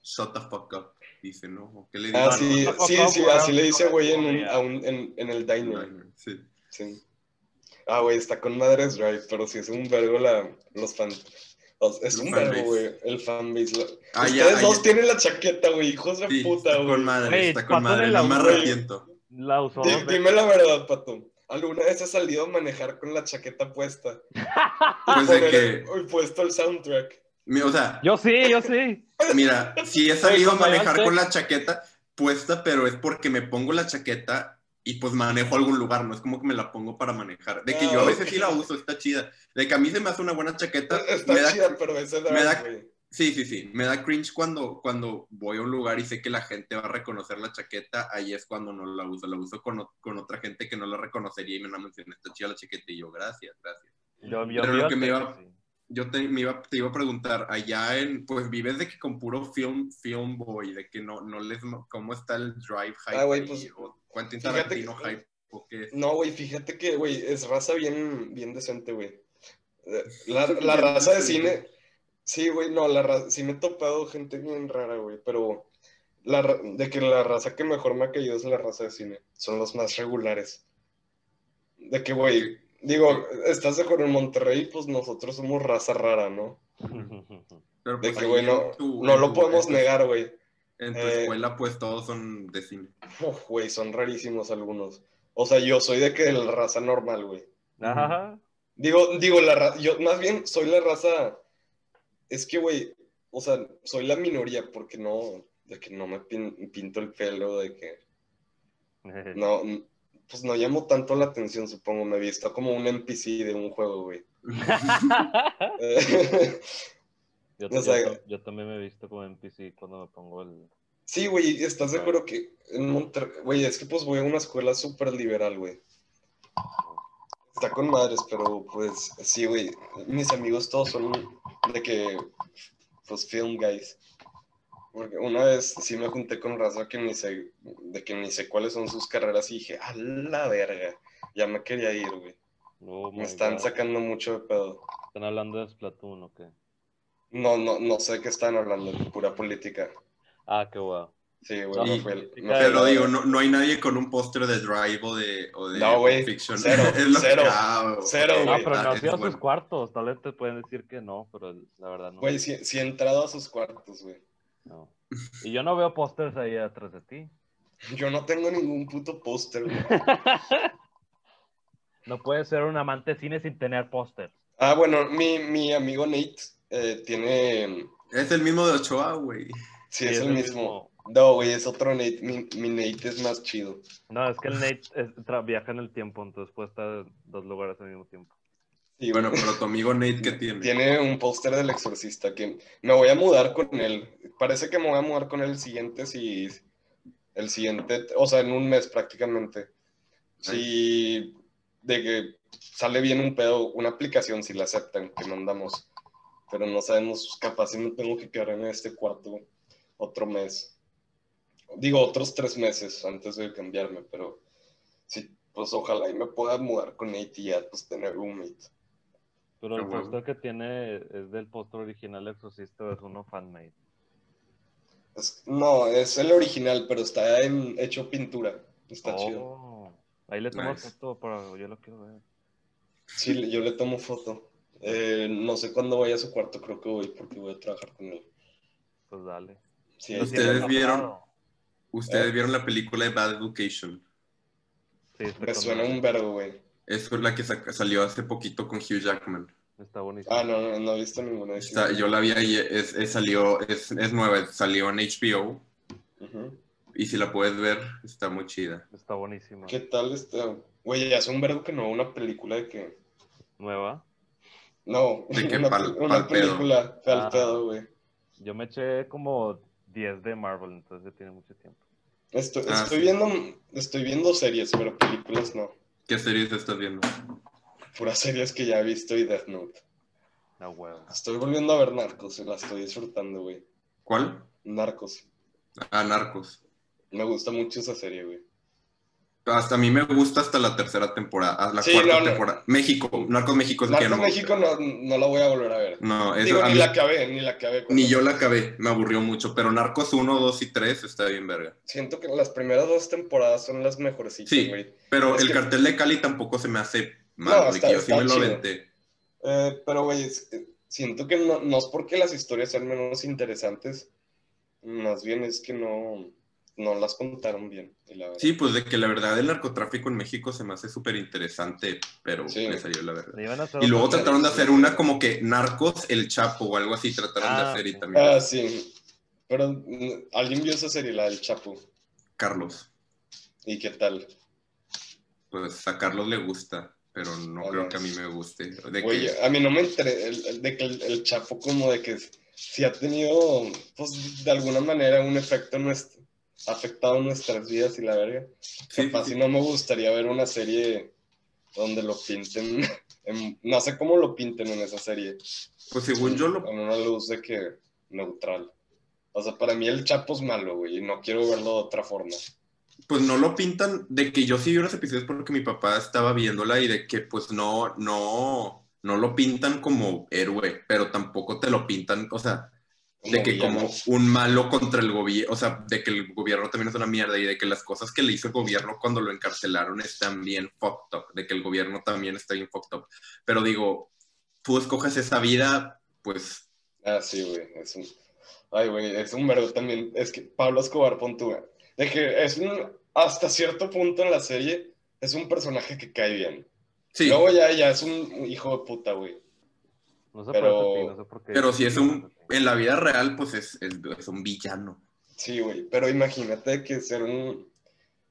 [SPEAKER 1] shut the fuck up. Dice, ¿no? ¿Qué le dice?
[SPEAKER 2] Ah,
[SPEAKER 3] no,
[SPEAKER 2] sí,
[SPEAKER 3] no, no,
[SPEAKER 2] sí,
[SPEAKER 3] no,
[SPEAKER 2] sí,
[SPEAKER 3] no, no,
[SPEAKER 2] así
[SPEAKER 3] no,
[SPEAKER 2] le
[SPEAKER 3] no,
[SPEAKER 2] dice,
[SPEAKER 3] no,
[SPEAKER 2] güey, en,
[SPEAKER 3] no,
[SPEAKER 2] un-
[SPEAKER 3] ya.
[SPEAKER 2] a un- en, en el diner.
[SPEAKER 1] Driver, sí.
[SPEAKER 2] Sí. Ah, güey, está con Madres Drive, pero sí es un vergo la, los fans.
[SPEAKER 1] Los
[SPEAKER 2] Es un
[SPEAKER 1] fanbase.
[SPEAKER 2] vergo, güey, el fanbase. la-
[SPEAKER 1] Ah, ya,
[SPEAKER 2] Ustedes
[SPEAKER 1] ah,
[SPEAKER 2] dos
[SPEAKER 1] ya.
[SPEAKER 2] tienen la chaqueta, güey, hijos de
[SPEAKER 1] Sí,
[SPEAKER 2] puta,
[SPEAKER 1] está
[SPEAKER 2] güey.
[SPEAKER 1] con madre,
[SPEAKER 3] Güey,
[SPEAKER 1] está con
[SPEAKER 3] pásale
[SPEAKER 1] madre.
[SPEAKER 3] la
[SPEAKER 1] No me
[SPEAKER 2] madre.
[SPEAKER 1] arrepiento.
[SPEAKER 3] La usó
[SPEAKER 2] Di-
[SPEAKER 3] dos veces.
[SPEAKER 2] dime la verdad, Pato. ¿Alguna vez has salido a manejar con la chaqueta puesta?
[SPEAKER 1] Pues de
[SPEAKER 2] Poner-
[SPEAKER 1] que,
[SPEAKER 2] y puesto el soundtrack.
[SPEAKER 1] mi- o sea,
[SPEAKER 3] Yo sí, yo sí.
[SPEAKER 1] mira, si he salido a
[SPEAKER 3] como
[SPEAKER 1] manejar
[SPEAKER 3] antes.
[SPEAKER 1] con la chaqueta puesta, pero es porque me pongo la chaqueta y pues manejo a algún lugar, no es como que me la pongo para manejar. De que
[SPEAKER 2] Ah,
[SPEAKER 1] yo a
[SPEAKER 2] ok.
[SPEAKER 1] veces sí la uso, está chida. De que a mí se me hace una buena chaqueta.
[SPEAKER 2] Está
[SPEAKER 1] Ah, me da-
[SPEAKER 2] chida, pero esa es
[SPEAKER 1] me
[SPEAKER 2] la
[SPEAKER 1] da-
[SPEAKER 2] güey.
[SPEAKER 1] Sí, sí, sí. Me da cringe cuando, cuando voy a un lugar y sé que la gente va a reconocer la chaqueta. Ahí es cuando no la uso. La uso con, o- con otra gente que no la reconocería y me la menciona. Está chida la chaqueta y yo, gracias, gracias.
[SPEAKER 3] Yo, yo
[SPEAKER 1] Pero lo
[SPEAKER 3] yo
[SPEAKER 1] que me
[SPEAKER 3] sí,
[SPEAKER 1] iba-
[SPEAKER 3] sí.
[SPEAKER 1] Yo te, me iba, te iba a preguntar, allá en, pues vives de que con puro film, film boy, de que no, no les, mo- ¿cómo está el drive hype?
[SPEAKER 2] Ah, güey,
[SPEAKER 1] ahí?
[SPEAKER 2] pues,
[SPEAKER 1] o Quentin
[SPEAKER 2] fíjate
[SPEAKER 1] Tarantino
[SPEAKER 2] que-
[SPEAKER 1] hype, o qué es.
[SPEAKER 2] No, güey, fíjate que, güey, es raza bien, bien decente, güey. Eh,
[SPEAKER 1] *laughs*
[SPEAKER 2] La, la
[SPEAKER 1] Bien
[SPEAKER 2] raza de
[SPEAKER 1] decente.
[SPEAKER 2] cine, sí, güey, no, la raza, sí me he topado gente bien rara, güey, pero la, ra- de que la raza que mejor me ha caído es la raza de cine, son los más regulares. De que, güey, digo, estás de acuerdo en Monterrey, pues nosotros somos raza rara, ¿no?
[SPEAKER 1] Pero,
[SPEAKER 2] De
[SPEAKER 1] pues,
[SPEAKER 2] que,
[SPEAKER 1] ahí
[SPEAKER 2] güey,
[SPEAKER 1] en
[SPEAKER 2] no,
[SPEAKER 1] tu-
[SPEAKER 2] no
[SPEAKER 1] en
[SPEAKER 2] lo
[SPEAKER 1] tu-
[SPEAKER 2] podemos
[SPEAKER 1] en tu-
[SPEAKER 2] negar, güey.
[SPEAKER 1] En tu
[SPEAKER 2] Eh,
[SPEAKER 1] escuela, pues todos son de cine.
[SPEAKER 2] Uf, güey, son rarísimos algunos. O sea, yo soy de que de la raza normal, güey.
[SPEAKER 3] *laughs* Ajá.
[SPEAKER 2] Digo, digo, la ra- yo más bien soy la raza, es que, güey, o sea, soy la minoría porque no, de que no me pin- pinto el pelo, de que *laughs* no, n- pues no llamo tanto la atención, supongo, me he visto como un NPC de un juego, güey. *laughs* Eh,
[SPEAKER 3] Yo,
[SPEAKER 2] O sea-
[SPEAKER 3] yo- yo también me he visto como NPC cuando me pongo el.
[SPEAKER 2] sí, güey, ¿estás de acuerdo que en Monterrey, güey, es que pues voy a una escuela súper liberal, güey? Está con madres, pero pues sí, güey, mis amigos todos son de que pues film guys. Porque una vez sí me junté con raza que ni sé, de que ni sé cuáles son sus carreras y dije, a la verga, ya me quería ir, güey.
[SPEAKER 3] Oh my
[SPEAKER 2] Me están
[SPEAKER 3] God.
[SPEAKER 2] sacando mucho de pedo.
[SPEAKER 3] ¿Están hablando de Splatoon o qué?
[SPEAKER 2] No, no, no sé qué están hablando, pura política.
[SPEAKER 3] Ah, qué guau.
[SPEAKER 2] Sí, güey,
[SPEAKER 3] No,
[SPEAKER 2] me fue el- me
[SPEAKER 3] política
[SPEAKER 2] fue
[SPEAKER 1] Pero
[SPEAKER 2] el-
[SPEAKER 1] digo, no, no hay nadie con un póster de Drive o de, o de
[SPEAKER 2] No, güey,
[SPEAKER 1] Pulp Fiction.
[SPEAKER 2] cero,
[SPEAKER 1] *laughs* es lo
[SPEAKER 2] cero,
[SPEAKER 1] que ah,
[SPEAKER 2] cero,
[SPEAKER 1] ok,
[SPEAKER 3] No,
[SPEAKER 2] güey,
[SPEAKER 3] pero no
[SPEAKER 1] está-
[SPEAKER 3] has
[SPEAKER 1] es
[SPEAKER 3] ido a
[SPEAKER 1] bueno.
[SPEAKER 3] sus cuartos. Tal vez te pueden decir que no, pero la verdad no.
[SPEAKER 2] Güey, sí, sí he entrado a sus cuartos, güey.
[SPEAKER 3] no. Y yo no veo pósters ahí atrás de ti.
[SPEAKER 2] Yo no tengo ningún puto póster, güey.
[SPEAKER 3] No puedes ser un amante de cine sin tener pósters.
[SPEAKER 2] Ah, bueno, mi, mi amigo Nate eh, tiene.
[SPEAKER 1] Es el mismo de Ochoa, güey.
[SPEAKER 2] Sí, es, el mismo. No, güey, es otro Nate. Mi, mi Nate es más chido.
[SPEAKER 3] No, es que el Nate es- tra- viaja en el tiempo, entonces puede estar en dos lugares al mismo tiempo.
[SPEAKER 2] Sí,
[SPEAKER 1] Bueno,
[SPEAKER 2] bueno,
[SPEAKER 1] pero tu amigo Nate, ¿qué tiene?
[SPEAKER 2] tiene un póster del exorcista que me voy a mudar con él. Parece que me voy a mudar con él el siguiente, si. El siguiente, o sea, en un mes prácticamente. Si de que sale bien un pedo, una aplicación si la aceptan, que mandamos. Pero no sabemos, capaz si me tengo que quedar en este cuarto otro mes. Digo, otros tres meses antes de cambiarme, pero sí, pues ojalá y me pueda mudar con ATI, pues tener roommate.
[SPEAKER 3] Pero
[SPEAKER 1] Qué
[SPEAKER 3] el
[SPEAKER 1] huevo.
[SPEAKER 3] póster que tiene es del póster original de Exorcista, o es uno fanmade.
[SPEAKER 2] Es- no, es el original, pero está en- hecho pintura. Está chido.
[SPEAKER 3] Oh, ahí le tomo
[SPEAKER 1] Nice.
[SPEAKER 3] foto para yo lo quiero ver.
[SPEAKER 2] Sí, le- yo le tomo foto. Eh, no sé cuándo vaya a su cuarto, creo que voy porque voy a trabajar con él.
[SPEAKER 3] Pues dale.
[SPEAKER 2] Sí, ahí
[SPEAKER 3] Lo
[SPEAKER 1] Ustedes
[SPEAKER 3] tiene
[SPEAKER 2] está.
[SPEAKER 1] vieron-
[SPEAKER 3] tapado.
[SPEAKER 1] Ustedes
[SPEAKER 2] Eh.
[SPEAKER 1] vieron la película de Bad Education.
[SPEAKER 3] Sí, está
[SPEAKER 2] me
[SPEAKER 3] con
[SPEAKER 2] suena
[SPEAKER 3] madre.
[SPEAKER 2] un verbo, güey.
[SPEAKER 1] Es la que saca- salió hace poquito con Hugh Jackman.
[SPEAKER 3] Está buenísimo.
[SPEAKER 2] Ah, no, no, no he visto ninguna de esas.
[SPEAKER 1] Está- yo la vi ahí, es, es- salió, es, es nueva, salió en HBO.
[SPEAKER 2] Ujú.
[SPEAKER 1] Y si la puedes ver, está muy chida.
[SPEAKER 3] Está buenísimo.
[SPEAKER 2] ¿Qué tal está? Güey, ya es un verbo que no, una película de que.
[SPEAKER 3] Nueva.
[SPEAKER 2] No,
[SPEAKER 1] De que
[SPEAKER 2] *laughs* una,
[SPEAKER 1] pal-
[SPEAKER 2] una
[SPEAKER 1] pal pedo.
[SPEAKER 2] película
[SPEAKER 3] Ah.
[SPEAKER 2] faltado, güey.
[SPEAKER 3] Yo me eché como 10 de Marvel, entonces ya tiene mucho tiempo.
[SPEAKER 2] Estoy,
[SPEAKER 1] Ah,
[SPEAKER 2] estoy
[SPEAKER 1] sí.
[SPEAKER 2] viendo, estoy viendo series, pero películas no.
[SPEAKER 1] ¿Qué series estás viendo?
[SPEAKER 2] Puras series que ya he visto y Death Note.
[SPEAKER 3] La huevo.
[SPEAKER 2] Estoy volviendo a ver Narcos, y la estoy disfrutando, güey.
[SPEAKER 1] ¿Cuál?
[SPEAKER 2] Narcos.
[SPEAKER 1] Ah, Narcos.
[SPEAKER 2] Me gusta mucho esa serie, güey.
[SPEAKER 1] Hasta a mí me gusta hasta la tercera temporada, ah, la
[SPEAKER 2] Sí,
[SPEAKER 1] cuarta
[SPEAKER 2] no, no.
[SPEAKER 1] temporada. México, Narcos México es la que
[SPEAKER 2] Narcos
[SPEAKER 1] no me gusta.
[SPEAKER 2] México no, no la voy a volver a ver.
[SPEAKER 1] No, eso
[SPEAKER 2] Digo,
[SPEAKER 1] a
[SPEAKER 2] ni
[SPEAKER 1] mí-
[SPEAKER 2] la acabé, ni la acabé.
[SPEAKER 1] ni yo la acabé, me aburrió mucho, pero Narcos 1, 2 y 3 está bien verga.
[SPEAKER 2] Siento que las primeras dos temporadas son las mejorcitas,
[SPEAKER 1] Sí.
[SPEAKER 2] güey.
[SPEAKER 1] Pero
[SPEAKER 2] Es
[SPEAKER 1] el
[SPEAKER 2] que-
[SPEAKER 1] cartel de Cali tampoco se me hace mal,
[SPEAKER 2] No,
[SPEAKER 1] güey,
[SPEAKER 2] está-
[SPEAKER 1] que yo sí
[SPEAKER 2] está
[SPEAKER 1] me lo
[SPEAKER 2] chido.
[SPEAKER 1] aventé.
[SPEAKER 2] Eh, pero, güey, es- eh, siento que no, no es porque las historias sean menos interesantes, más bien es que no, no las contaron bien. y la verdad.
[SPEAKER 1] Sí, pues de que la verdad el narcotráfico en México se me hace súper interesante, pero
[SPEAKER 2] Sí.
[SPEAKER 1] me salió la verdad.
[SPEAKER 3] Le iban a hacer
[SPEAKER 1] Y luego
[SPEAKER 3] otra-
[SPEAKER 1] trataron de hacer una como que Narcos, El Chapo o algo así, trataron de
[SPEAKER 3] Ah,
[SPEAKER 1] hacer y
[SPEAKER 3] sí.
[SPEAKER 1] también
[SPEAKER 2] Ah, sí. Pero mm, alguien vio esa serie, la del Chapo.
[SPEAKER 1] Carlos.
[SPEAKER 2] ¿Y qué tal?
[SPEAKER 1] Pues a Carlos le gusta, pero no
[SPEAKER 2] Ah,
[SPEAKER 1] creo
[SPEAKER 2] no.
[SPEAKER 1] que a mí me guste. De
[SPEAKER 2] Güey,
[SPEAKER 1] que,
[SPEAKER 2] a mí no me enteré el- el- de que el, el Chapo como de que si ha tenido, pues, de alguna manera un efecto en nuestro, afectado en nuestras vidas y la verga.
[SPEAKER 1] sí,
[SPEAKER 2] Capaz
[SPEAKER 1] sí,
[SPEAKER 2] si no me gustaría ver una serie donde lo pinten, *laughs* en- no sé cómo lo pinten en esa serie,
[SPEAKER 1] pues según yo lo
[SPEAKER 2] con una luz de que neutral. O sea, para mí el Chapo es malo, güey, y no quiero verlo de otra forma.
[SPEAKER 1] pues no lo pintan de que yo sí vi unos episodios porque mi papá estaba viéndola y de que pues no, no, no lo pintan como héroe, pero tampoco te lo pintan, o sea, de que
[SPEAKER 2] villano.
[SPEAKER 1] como un malo contra el gobierno, o sea, de que el gobierno también es una mierda y de que las cosas que le hizo el gobierno cuando lo encarcelaron están bien fucked up, de que el gobierno también está bien fucked up. Pero digo, tú escoges esa vida, pues
[SPEAKER 2] Ah, sí, güey, es un... Ay, güey, es un verbo también. Es que Pablo Escobar, pon tú, güey, De que es un... Hasta cierto punto en la serie, es un personaje que cae bien.
[SPEAKER 1] sí,
[SPEAKER 2] Luego ya, ya es un hijo de puta, güey.
[SPEAKER 3] No sé
[SPEAKER 2] pero-
[SPEAKER 3] por qué, no sé por qué.
[SPEAKER 1] pero si es un, en la vida real, pues es, es, es un villano.
[SPEAKER 2] Sí, güey, pero imagínate que ser un...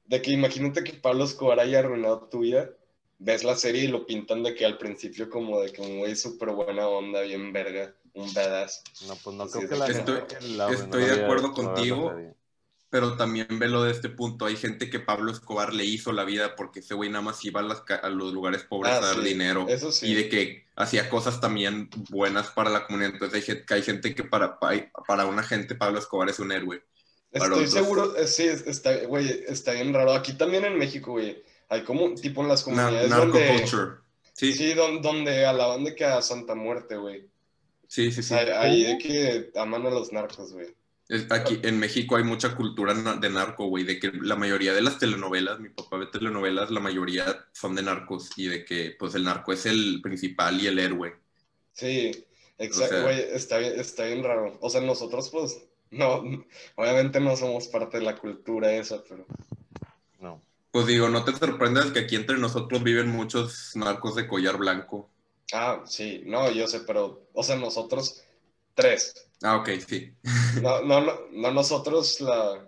[SPEAKER 2] De que imagínate que Pablo Escobar haya arruinado tu vida. Ves la serie y lo pintan de que al principio como de que un güey súper buena onda, bien verga, un badass.
[SPEAKER 3] No, pues no
[SPEAKER 2] Sí,
[SPEAKER 3] creo
[SPEAKER 2] sí,
[SPEAKER 3] que la
[SPEAKER 1] estoy-
[SPEAKER 3] gente que la-
[SPEAKER 1] estoy
[SPEAKER 3] no
[SPEAKER 1] de
[SPEAKER 3] había-
[SPEAKER 1] acuerdo
[SPEAKER 3] no
[SPEAKER 1] contigo.
[SPEAKER 3] había nadie.
[SPEAKER 1] Pero también velo de este punto, hay gente que Pablo Escobar le hizo la vida porque ese güey nada más iba a, las ca- a los lugares pobres
[SPEAKER 2] Ah,
[SPEAKER 1] a dar
[SPEAKER 2] sí,
[SPEAKER 1] dinero.
[SPEAKER 2] Eso sí.
[SPEAKER 1] y de que hacía cosas también buenas para la comunidad. Entonces hay gente, hay gente que para, pa- para una gente Pablo Escobar es un héroe. para
[SPEAKER 2] Estoy
[SPEAKER 1] otros.
[SPEAKER 2] seguro, eh, sí, es- está, güey, está bien raro. Aquí también en México, güey, hay como, tipo en las
[SPEAKER 1] Na-
[SPEAKER 2] comunidades donde...
[SPEAKER 1] narcoculture. Sí, sí,
[SPEAKER 2] Sí, don- donde alaban de que a Santa Muerte, güey.
[SPEAKER 1] sí, sí.
[SPEAKER 2] O sea, ahí de que aman a los narcos, güey.
[SPEAKER 1] Es- Aquí en México hay mucha cultura na- de narco, güey, de que la mayoría de las telenovelas, mi papá ve telenovelas, la mayoría son de narcos y de que pues el narco es el principal y el héroe.
[SPEAKER 2] Sí,
[SPEAKER 1] O sea-
[SPEAKER 2] exacto, güey, está bien, está bien raro. O sea, nosotros, pues, no, obviamente no somos parte de la cultura esa, pero...
[SPEAKER 3] No.
[SPEAKER 1] Pues digo, no te sorprendas que aquí entre nosotros viven muchos narcos de collar blanco.
[SPEAKER 2] Ah, sí, no, yo sé, pero, o sea, nosotros, tres.
[SPEAKER 1] Ah, ok, sí.
[SPEAKER 2] No, no, no, no nosotros la...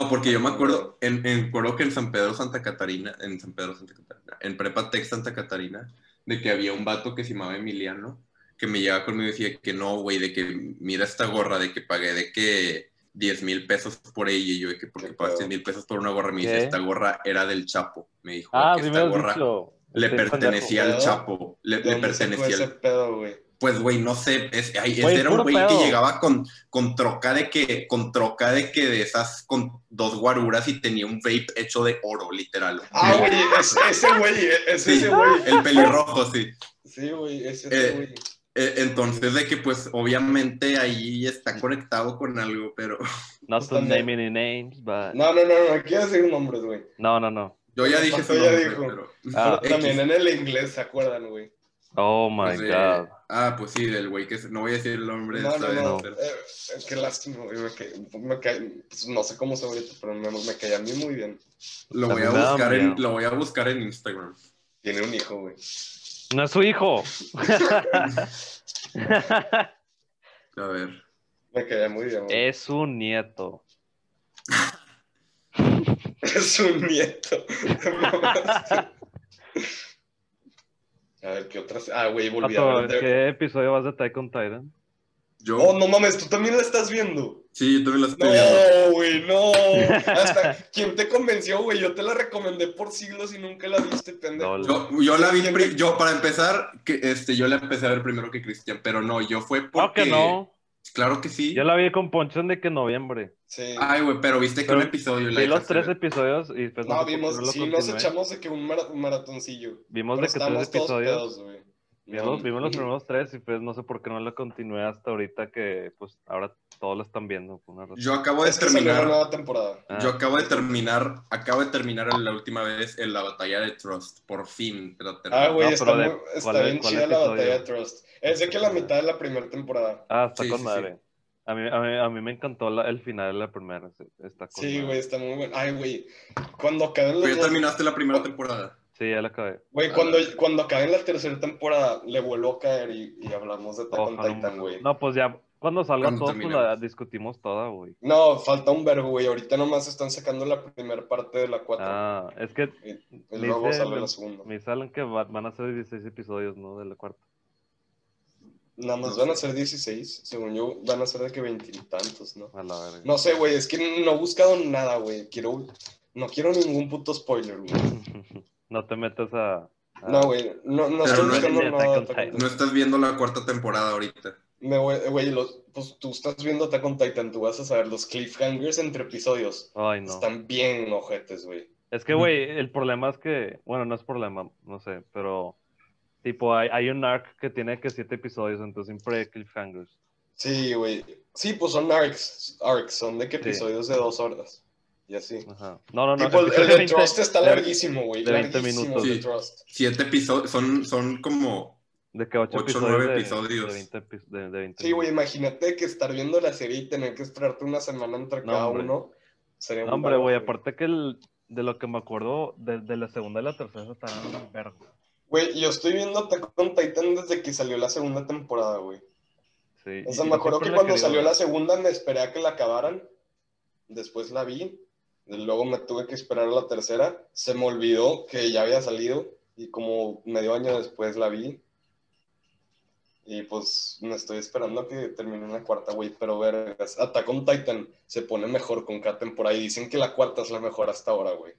[SPEAKER 1] No, porque yo me acuerdo, en, en- acuerdo que en San Pedro Santa Catarina, en San Pedro Santa Catarina, en Prepa Tech Santa Catarina, de que había un vato que se llamaba Emiliano, que me llegaba conmigo y decía que no, güey, de que mira esta gorra, de que pagué de que 10 mil pesos por ella, y yo de que porque
[SPEAKER 2] Qué
[SPEAKER 1] pagas
[SPEAKER 2] pedo.
[SPEAKER 1] 10 mil pesos por una gorra, me dice,
[SPEAKER 3] ¿Qué?
[SPEAKER 1] esta gorra era del Chapo, me dijo,
[SPEAKER 3] Ah,
[SPEAKER 1] que
[SPEAKER 3] sí me
[SPEAKER 1] esta
[SPEAKER 3] has
[SPEAKER 1] gorra,
[SPEAKER 3] dicho.
[SPEAKER 1] le
[SPEAKER 3] Sí,
[SPEAKER 1] pertenecía al
[SPEAKER 2] pendejo.
[SPEAKER 1] Chapo. Le, le
[SPEAKER 2] ¿Dónde sacó
[SPEAKER 1] pertenecía
[SPEAKER 2] ese
[SPEAKER 1] al...
[SPEAKER 2] pedo, güey?
[SPEAKER 1] Pues, güey, no sé. es- ay, ese
[SPEAKER 3] Güey,
[SPEAKER 1] era un
[SPEAKER 3] puro
[SPEAKER 1] güey que
[SPEAKER 3] pedo.
[SPEAKER 1] llegaba con, con troca de que, con troca de que de esas, con dos guaruras y tenía un vape hecho de oro, literal.
[SPEAKER 2] Ah, güey, es ese güey, eh, es
[SPEAKER 1] Sí,
[SPEAKER 2] ese güey.
[SPEAKER 1] el pelirrojo, sí.
[SPEAKER 2] Sí, güey, es
[SPEAKER 1] Eh,
[SPEAKER 2] ese güey.
[SPEAKER 1] Eh, Entonces, de que pues obviamente ahí está conectado con algo, pero *laughs*
[SPEAKER 3] Not to
[SPEAKER 2] también.
[SPEAKER 3] name any names, but...
[SPEAKER 2] No, no, no, no, aquí quiero decir nombres, güey.
[SPEAKER 3] No, no, no.
[SPEAKER 1] yo ya dije su
[SPEAKER 2] Paco ya
[SPEAKER 1] nombre,
[SPEAKER 2] dijo.
[SPEAKER 1] pero-
[SPEAKER 3] Ah,
[SPEAKER 2] Pero también en el inglés, ¿se acuerdan, güey?
[SPEAKER 3] oh my
[SPEAKER 1] pues, eh,
[SPEAKER 3] God.
[SPEAKER 1] Ah, pues sí, del güey que se- no voy a decir el nombre
[SPEAKER 2] No,
[SPEAKER 1] esta
[SPEAKER 2] no,
[SPEAKER 1] vez,
[SPEAKER 2] no.
[SPEAKER 1] pero-
[SPEAKER 2] eh, eh, qué lástima, güey. Me ca- me ca- pues, no sé cómo se ahorita, pero me, me caía a mí muy bien.
[SPEAKER 1] Lo voy a
[SPEAKER 3] Dame,
[SPEAKER 1] buscar en
[SPEAKER 3] dame.
[SPEAKER 1] lo voy a buscar en Instagram.
[SPEAKER 2] Tiene un hijo, güey.
[SPEAKER 3] No es
[SPEAKER 1] *laughs*
[SPEAKER 3] su hijo.
[SPEAKER 1] A ver.
[SPEAKER 2] Me caía muy bien, güey.
[SPEAKER 3] es su nieto.
[SPEAKER 2] *laughs* Es un nieto. *laughs* a ver, ¿qué otras? Ah, güey, volví a
[SPEAKER 3] Pato,
[SPEAKER 2] ver. de-
[SPEAKER 3] ¿Qué episodio vas de Attack on Titan?
[SPEAKER 1] Yo
[SPEAKER 2] Oh, no mames, tú también la estás viendo.
[SPEAKER 1] sí, yo también la estoy viendo.
[SPEAKER 2] No, güey, no.
[SPEAKER 3] *laughs*
[SPEAKER 2] Hasta, ¿quién te convenció, güey? Yo te la recomendé por siglos y nunca la viste, pendejo.
[SPEAKER 3] Lol.
[SPEAKER 1] Yo, yo la vi pri- yo para empezar que este yo la empecé a ver primero que Cristian, pero no, yo fue
[SPEAKER 3] Claro
[SPEAKER 1] porque
[SPEAKER 3] que Ah, no.
[SPEAKER 1] Claro que sí.
[SPEAKER 3] Yo la vi con Poncho en de que noviembre.
[SPEAKER 2] Sí.
[SPEAKER 1] Ay, güey, pero viste que
[SPEAKER 3] Pero
[SPEAKER 1] un episodio la
[SPEAKER 3] Vi los
[SPEAKER 1] dejaste
[SPEAKER 3] tres
[SPEAKER 1] ver.
[SPEAKER 3] episodios y después
[SPEAKER 2] no,
[SPEAKER 3] sé por qué
[SPEAKER 2] vimos,
[SPEAKER 3] no lo
[SPEAKER 2] sí, nos
[SPEAKER 3] continué.
[SPEAKER 2] echamos de que un, mara- un maratoncillo.
[SPEAKER 3] Vimos
[SPEAKER 2] Pero
[SPEAKER 3] de que tres
[SPEAKER 2] estábamos todos
[SPEAKER 3] episodios.
[SPEAKER 2] pedos, güey.
[SPEAKER 3] Vimos, vimos los
[SPEAKER 2] Mm.
[SPEAKER 3] primeros tres y pues no sé por qué no lo continué hasta ahorita que pues ahora todos lo están viendo. por una razón.
[SPEAKER 1] Yo acabo de
[SPEAKER 2] Es que salió la
[SPEAKER 1] terminar
[SPEAKER 2] nueva temporada.
[SPEAKER 3] Ah,
[SPEAKER 1] Yo acabo de terminar, acabo de terminar la última vez en la batalla de Trust, por fin. la terminé.
[SPEAKER 2] Ah, güey,
[SPEAKER 3] No,
[SPEAKER 2] está,
[SPEAKER 3] pero de-
[SPEAKER 2] muy- está
[SPEAKER 3] ¿cuál-
[SPEAKER 2] bien
[SPEAKER 3] cuál
[SPEAKER 2] chida la
[SPEAKER 3] episodio?
[SPEAKER 2] batalla de Trust. Es de que la mitad de la primera temporada.
[SPEAKER 3] ah, está
[SPEAKER 1] Sí,
[SPEAKER 3] con
[SPEAKER 1] sí, sí.
[SPEAKER 3] madre. A, mí, a, mí, a mí me encantó la- el final de la primera. sí, Está con
[SPEAKER 2] Sí,
[SPEAKER 3] madre.
[SPEAKER 2] güey, está muy bueno. Ay, güey, cuando acaben los
[SPEAKER 1] Pero ya
[SPEAKER 2] dos-
[SPEAKER 1] terminaste la primera temporada.
[SPEAKER 3] Sí, ya la acabé.
[SPEAKER 2] Güey, cuando, cuando acabe la tercera temporada, le vuelvo a caer y, y hablamos de Attack on
[SPEAKER 3] Ojalá.
[SPEAKER 2] Titan, güey.
[SPEAKER 3] No, pues ya cuando salga
[SPEAKER 1] Cuando
[SPEAKER 3] todo pues la
[SPEAKER 1] terminemos.
[SPEAKER 3] discutimos toda, güey.
[SPEAKER 2] No, falta un verbo, güey. Ahorita nomás están sacando la primera parte de la 4.
[SPEAKER 3] Ah, es que
[SPEAKER 2] y luego
[SPEAKER 3] dice-
[SPEAKER 2] sale la segunda.
[SPEAKER 3] me salen que va- van a ser 16 episodios, ¿no? De la cuarta.
[SPEAKER 2] Nada más
[SPEAKER 1] no
[SPEAKER 2] van a
[SPEAKER 1] sé.
[SPEAKER 2] ser 16. Según yo, van a ser de que veintitantos, ¿no?
[SPEAKER 3] A la verga.
[SPEAKER 2] No sé, güey. Es que no he buscado nada, güey. Quiero... No quiero ningún puto spoiler, güey.
[SPEAKER 3] *laughs* no te metas a. a-
[SPEAKER 2] No, güey. No, no
[SPEAKER 1] Pero
[SPEAKER 2] estoy
[SPEAKER 1] no es
[SPEAKER 2] buscando nada.
[SPEAKER 3] de
[SPEAKER 2] de
[SPEAKER 3] Attack
[SPEAKER 2] Attack
[SPEAKER 3] on
[SPEAKER 2] on
[SPEAKER 3] Titan.
[SPEAKER 1] No
[SPEAKER 2] Titan.
[SPEAKER 1] estás viendo la cuarta temporada ahorita.
[SPEAKER 2] Me voy- Güey, los- pues tú estás viendo Attack on Titan. Tú vas a saber los cliffhangers entre episodios.
[SPEAKER 3] Ay, no.
[SPEAKER 2] Están bien ojetes, güey.
[SPEAKER 3] Es que, güey, el problema es que. Bueno, no es problema, no sé, pero. Tipo, hay, hay un arc que tiene que siete episodios, entonces siempre hay cliffhangers.
[SPEAKER 2] Sí, güey. Sí, pues son arcs. Arcs. Son de que
[SPEAKER 3] Sí.
[SPEAKER 2] episodios de dos horas. Y así.
[SPEAKER 3] Ajá. No, no, no.
[SPEAKER 2] Tipo, el, pues, el
[SPEAKER 3] episodio
[SPEAKER 2] de este.
[SPEAKER 3] 20
[SPEAKER 2] Trust está
[SPEAKER 3] de-
[SPEAKER 2] larguísimo, güey.
[SPEAKER 3] de 20
[SPEAKER 2] larguísimo
[SPEAKER 3] minutos.
[SPEAKER 2] el de
[SPEAKER 1] Sí.
[SPEAKER 2] Trust.
[SPEAKER 1] Siete episodios, son, son como...
[SPEAKER 3] De que ocho,
[SPEAKER 1] Ocho,
[SPEAKER 3] episodios.
[SPEAKER 1] nueve
[SPEAKER 3] de-
[SPEAKER 1] episodios.
[SPEAKER 3] De, 20 epi- de- de 20
[SPEAKER 2] Sí, güey, imagínate que estar viendo la serie y tener que esperarte una semana entre
[SPEAKER 3] No,
[SPEAKER 2] cada
[SPEAKER 3] hombre.
[SPEAKER 2] uno. Sería un
[SPEAKER 3] No, hombre,
[SPEAKER 2] paro,
[SPEAKER 3] güey, aparte que el, de lo que me acuerdo, de, de la segunda y la tercera estaban un vergo.
[SPEAKER 2] Güey, yo estoy viendo Attack on Titan desde que salió la segunda temporada, güey.
[SPEAKER 3] Sí.
[SPEAKER 2] O
[SPEAKER 3] y-
[SPEAKER 2] sea,
[SPEAKER 3] y
[SPEAKER 2] me
[SPEAKER 3] yo
[SPEAKER 2] acuerdo
[SPEAKER 3] siempre
[SPEAKER 2] que
[SPEAKER 3] la
[SPEAKER 2] cuando
[SPEAKER 3] quería
[SPEAKER 2] salió
[SPEAKER 3] ver.
[SPEAKER 2] la segunda me esperé a que la acabaran. Después la vi. y Luego me tuve que esperar a la tercera. Se me olvidó que ya había salido. Y como medio año después la vi. Y pues me estoy esperando a que termine la cuarta, güey. Pero vergas, Attack on Titan se pone mejor con cada temporada. Y dicen que la cuarta es la mejor hasta ahora, güey.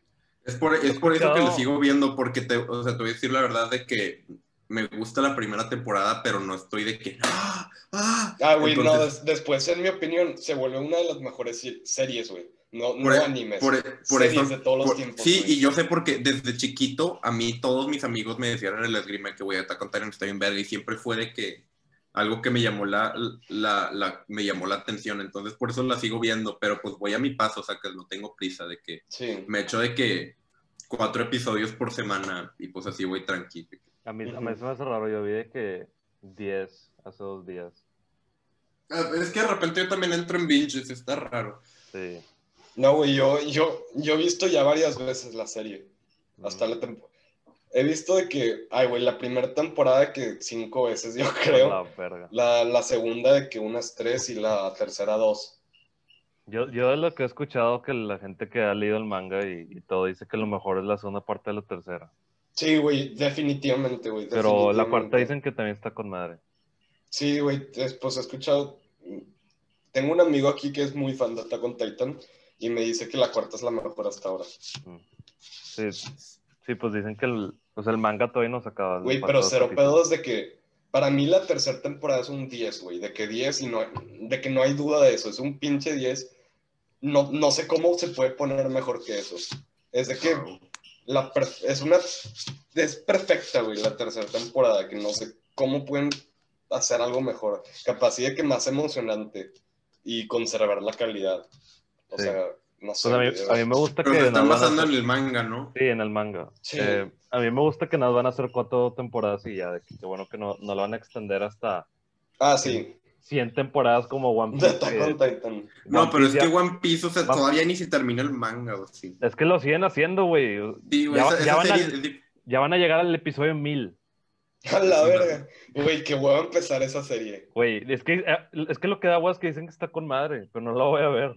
[SPEAKER 1] Es por, es por eso
[SPEAKER 3] No.
[SPEAKER 1] que lo sigo viendo, porque te, o sea, te voy a decir la verdad de que me gusta la primera temporada, pero no estoy de que... ¡Ah! ¡Ah!
[SPEAKER 2] Ah, güey, no,
[SPEAKER 1] Entonces,
[SPEAKER 2] des- después, en mi opinión, se vuelve una de las mejores si- series, güey. No, no
[SPEAKER 1] Por e-
[SPEAKER 2] animes.
[SPEAKER 1] Por, por
[SPEAKER 2] series
[SPEAKER 1] eso...
[SPEAKER 2] de todos los
[SPEAKER 1] por-
[SPEAKER 2] tiempos.
[SPEAKER 1] sí,
[SPEAKER 2] güey.
[SPEAKER 1] y yo sé porque desde chiquito a mí todos mis amigos me decían en el esgrima que voy a estar contando estoy en verga y siempre fue de que algo que me llamó la, la, la- me llamó la atención, entonces por eso la sigo viendo, pero pues voy a mi paso, o sea que no tengo prisa de que
[SPEAKER 2] Sí.
[SPEAKER 1] me echo de que cuatro episodios por semana y pues así voy tranquilo.
[SPEAKER 3] A mí, a
[SPEAKER 2] Ujú.
[SPEAKER 3] mí se me hace raro, yo vi de que 10 hace dos días.
[SPEAKER 1] Ah, Es que de repente yo también entro en binges, está raro.
[SPEAKER 3] Sí.
[SPEAKER 2] No, güey, yo, yo, yo he visto ya varias veces la serie.
[SPEAKER 3] Mm.
[SPEAKER 2] Hasta la temporada. He visto de que, ay, güey, la primera temporada que cinco veces, yo
[SPEAKER 3] La
[SPEAKER 2] creo.
[SPEAKER 3] verga.
[SPEAKER 2] La, la segunda de que unas tres y la tercera dos.
[SPEAKER 3] Yo, yo de lo que he escuchado que la gente que ha leído el manga y, y todo dice que lo mejor es la segunda parte de la tercera.
[SPEAKER 2] Sí, güey, definitivamente, güey.
[SPEAKER 3] Pero la cuarta
[SPEAKER 2] definitivamente.
[SPEAKER 3] dicen que también está con madre.
[SPEAKER 2] Sí, güey, es- pues he escuchado. Tengo un amigo aquí que es muy fan de Attack on Titan y me dice que la cuarta es la mejor hasta ahora.
[SPEAKER 3] Sí, sí pues dicen que el- O sea, el manga todavía no se acaba.
[SPEAKER 2] Güey,
[SPEAKER 3] le
[SPEAKER 2] pero
[SPEAKER 3] faltó
[SPEAKER 2] cero
[SPEAKER 3] poquito.
[SPEAKER 2] pedos de que para mí la tercera temporada es un 10, güey, de que 10 y no, de que no hay duda de eso, es un pinche 10. No, no sé cómo se puede poner mejor que eso. Es de que la per- es una es perfecta, güey, la tercera temporada, que no sé cómo pueden hacer algo mejor, capacidad que más emocionante y conservar la calidad. O
[SPEAKER 3] Sí.
[SPEAKER 2] sea, no sé.
[SPEAKER 3] Pues a, mí,
[SPEAKER 2] güey,
[SPEAKER 3] a mí me gusta
[SPEAKER 1] Pero
[SPEAKER 3] que.
[SPEAKER 1] se
[SPEAKER 3] nada
[SPEAKER 1] están
[SPEAKER 3] más
[SPEAKER 1] basando
[SPEAKER 3] hacen-
[SPEAKER 1] en el manga, ¿no?
[SPEAKER 3] Sí, en el manga.
[SPEAKER 2] Sí.
[SPEAKER 3] Eh, a mí me gusta que nos van a hacer cuatro temporadas y ya, de que, qué bueno que no, no lo van a extender hasta
[SPEAKER 2] Ah, sí,
[SPEAKER 3] 100 temporadas como One
[SPEAKER 2] de
[SPEAKER 3] Piece.
[SPEAKER 2] *laughs* Attack
[SPEAKER 3] que
[SPEAKER 1] Eh,
[SPEAKER 2] on Titan.
[SPEAKER 3] One
[SPEAKER 1] No, pero es
[SPEAKER 3] Piece
[SPEAKER 1] que
[SPEAKER 3] ya-
[SPEAKER 1] One Piece, o sea,
[SPEAKER 3] One-
[SPEAKER 1] todavía ni se termina el manga, o sí.
[SPEAKER 3] Es que lo siguen haciendo, güey.
[SPEAKER 1] Sí, güey,
[SPEAKER 3] Ya-
[SPEAKER 1] esa,
[SPEAKER 3] ya
[SPEAKER 1] esa
[SPEAKER 3] van a-
[SPEAKER 1] serie es de-
[SPEAKER 3] Ya van a llegar al episodio 1000.
[SPEAKER 2] A la
[SPEAKER 1] Sí,
[SPEAKER 2] verga. Güey, que voy a empezar esa serie.
[SPEAKER 3] Güey, es que, eh, es que lo que da agua es que dicen que está con madre, pero no lo voy a ver.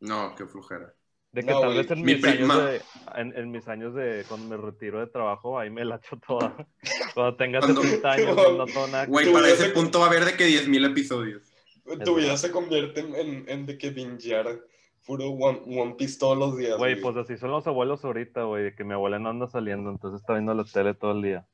[SPEAKER 1] No, qué flujera.
[SPEAKER 3] De que
[SPEAKER 2] No,
[SPEAKER 3] tal
[SPEAKER 2] güey,
[SPEAKER 3] vez en
[SPEAKER 1] mi
[SPEAKER 3] mis,
[SPEAKER 1] prima.
[SPEAKER 3] años de, en, en mis años de cuando me retiro de trabajo, ahí me la echo
[SPEAKER 2] *laughs*
[SPEAKER 3] toda. Cuando tenga
[SPEAKER 1] Cuando-
[SPEAKER 3] 70 años,
[SPEAKER 2] Güey.
[SPEAKER 3] no todo nada.
[SPEAKER 1] Güey,
[SPEAKER 2] Tú,
[SPEAKER 1] para
[SPEAKER 2] Ah, ya
[SPEAKER 1] ese
[SPEAKER 2] sé-
[SPEAKER 1] punto va a haber de que 10.000 episodios.
[SPEAKER 2] Tu vida
[SPEAKER 3] verdad.
[SPEAKER 2] se convierte en, en, en de que bingear puro One, One Piece todos los días.
[SPEAKER 3] Güey, pues así son los abuelos ahorita, güey, de que mi abuela no anda saliendo, entonces está viendo la tele todo el día.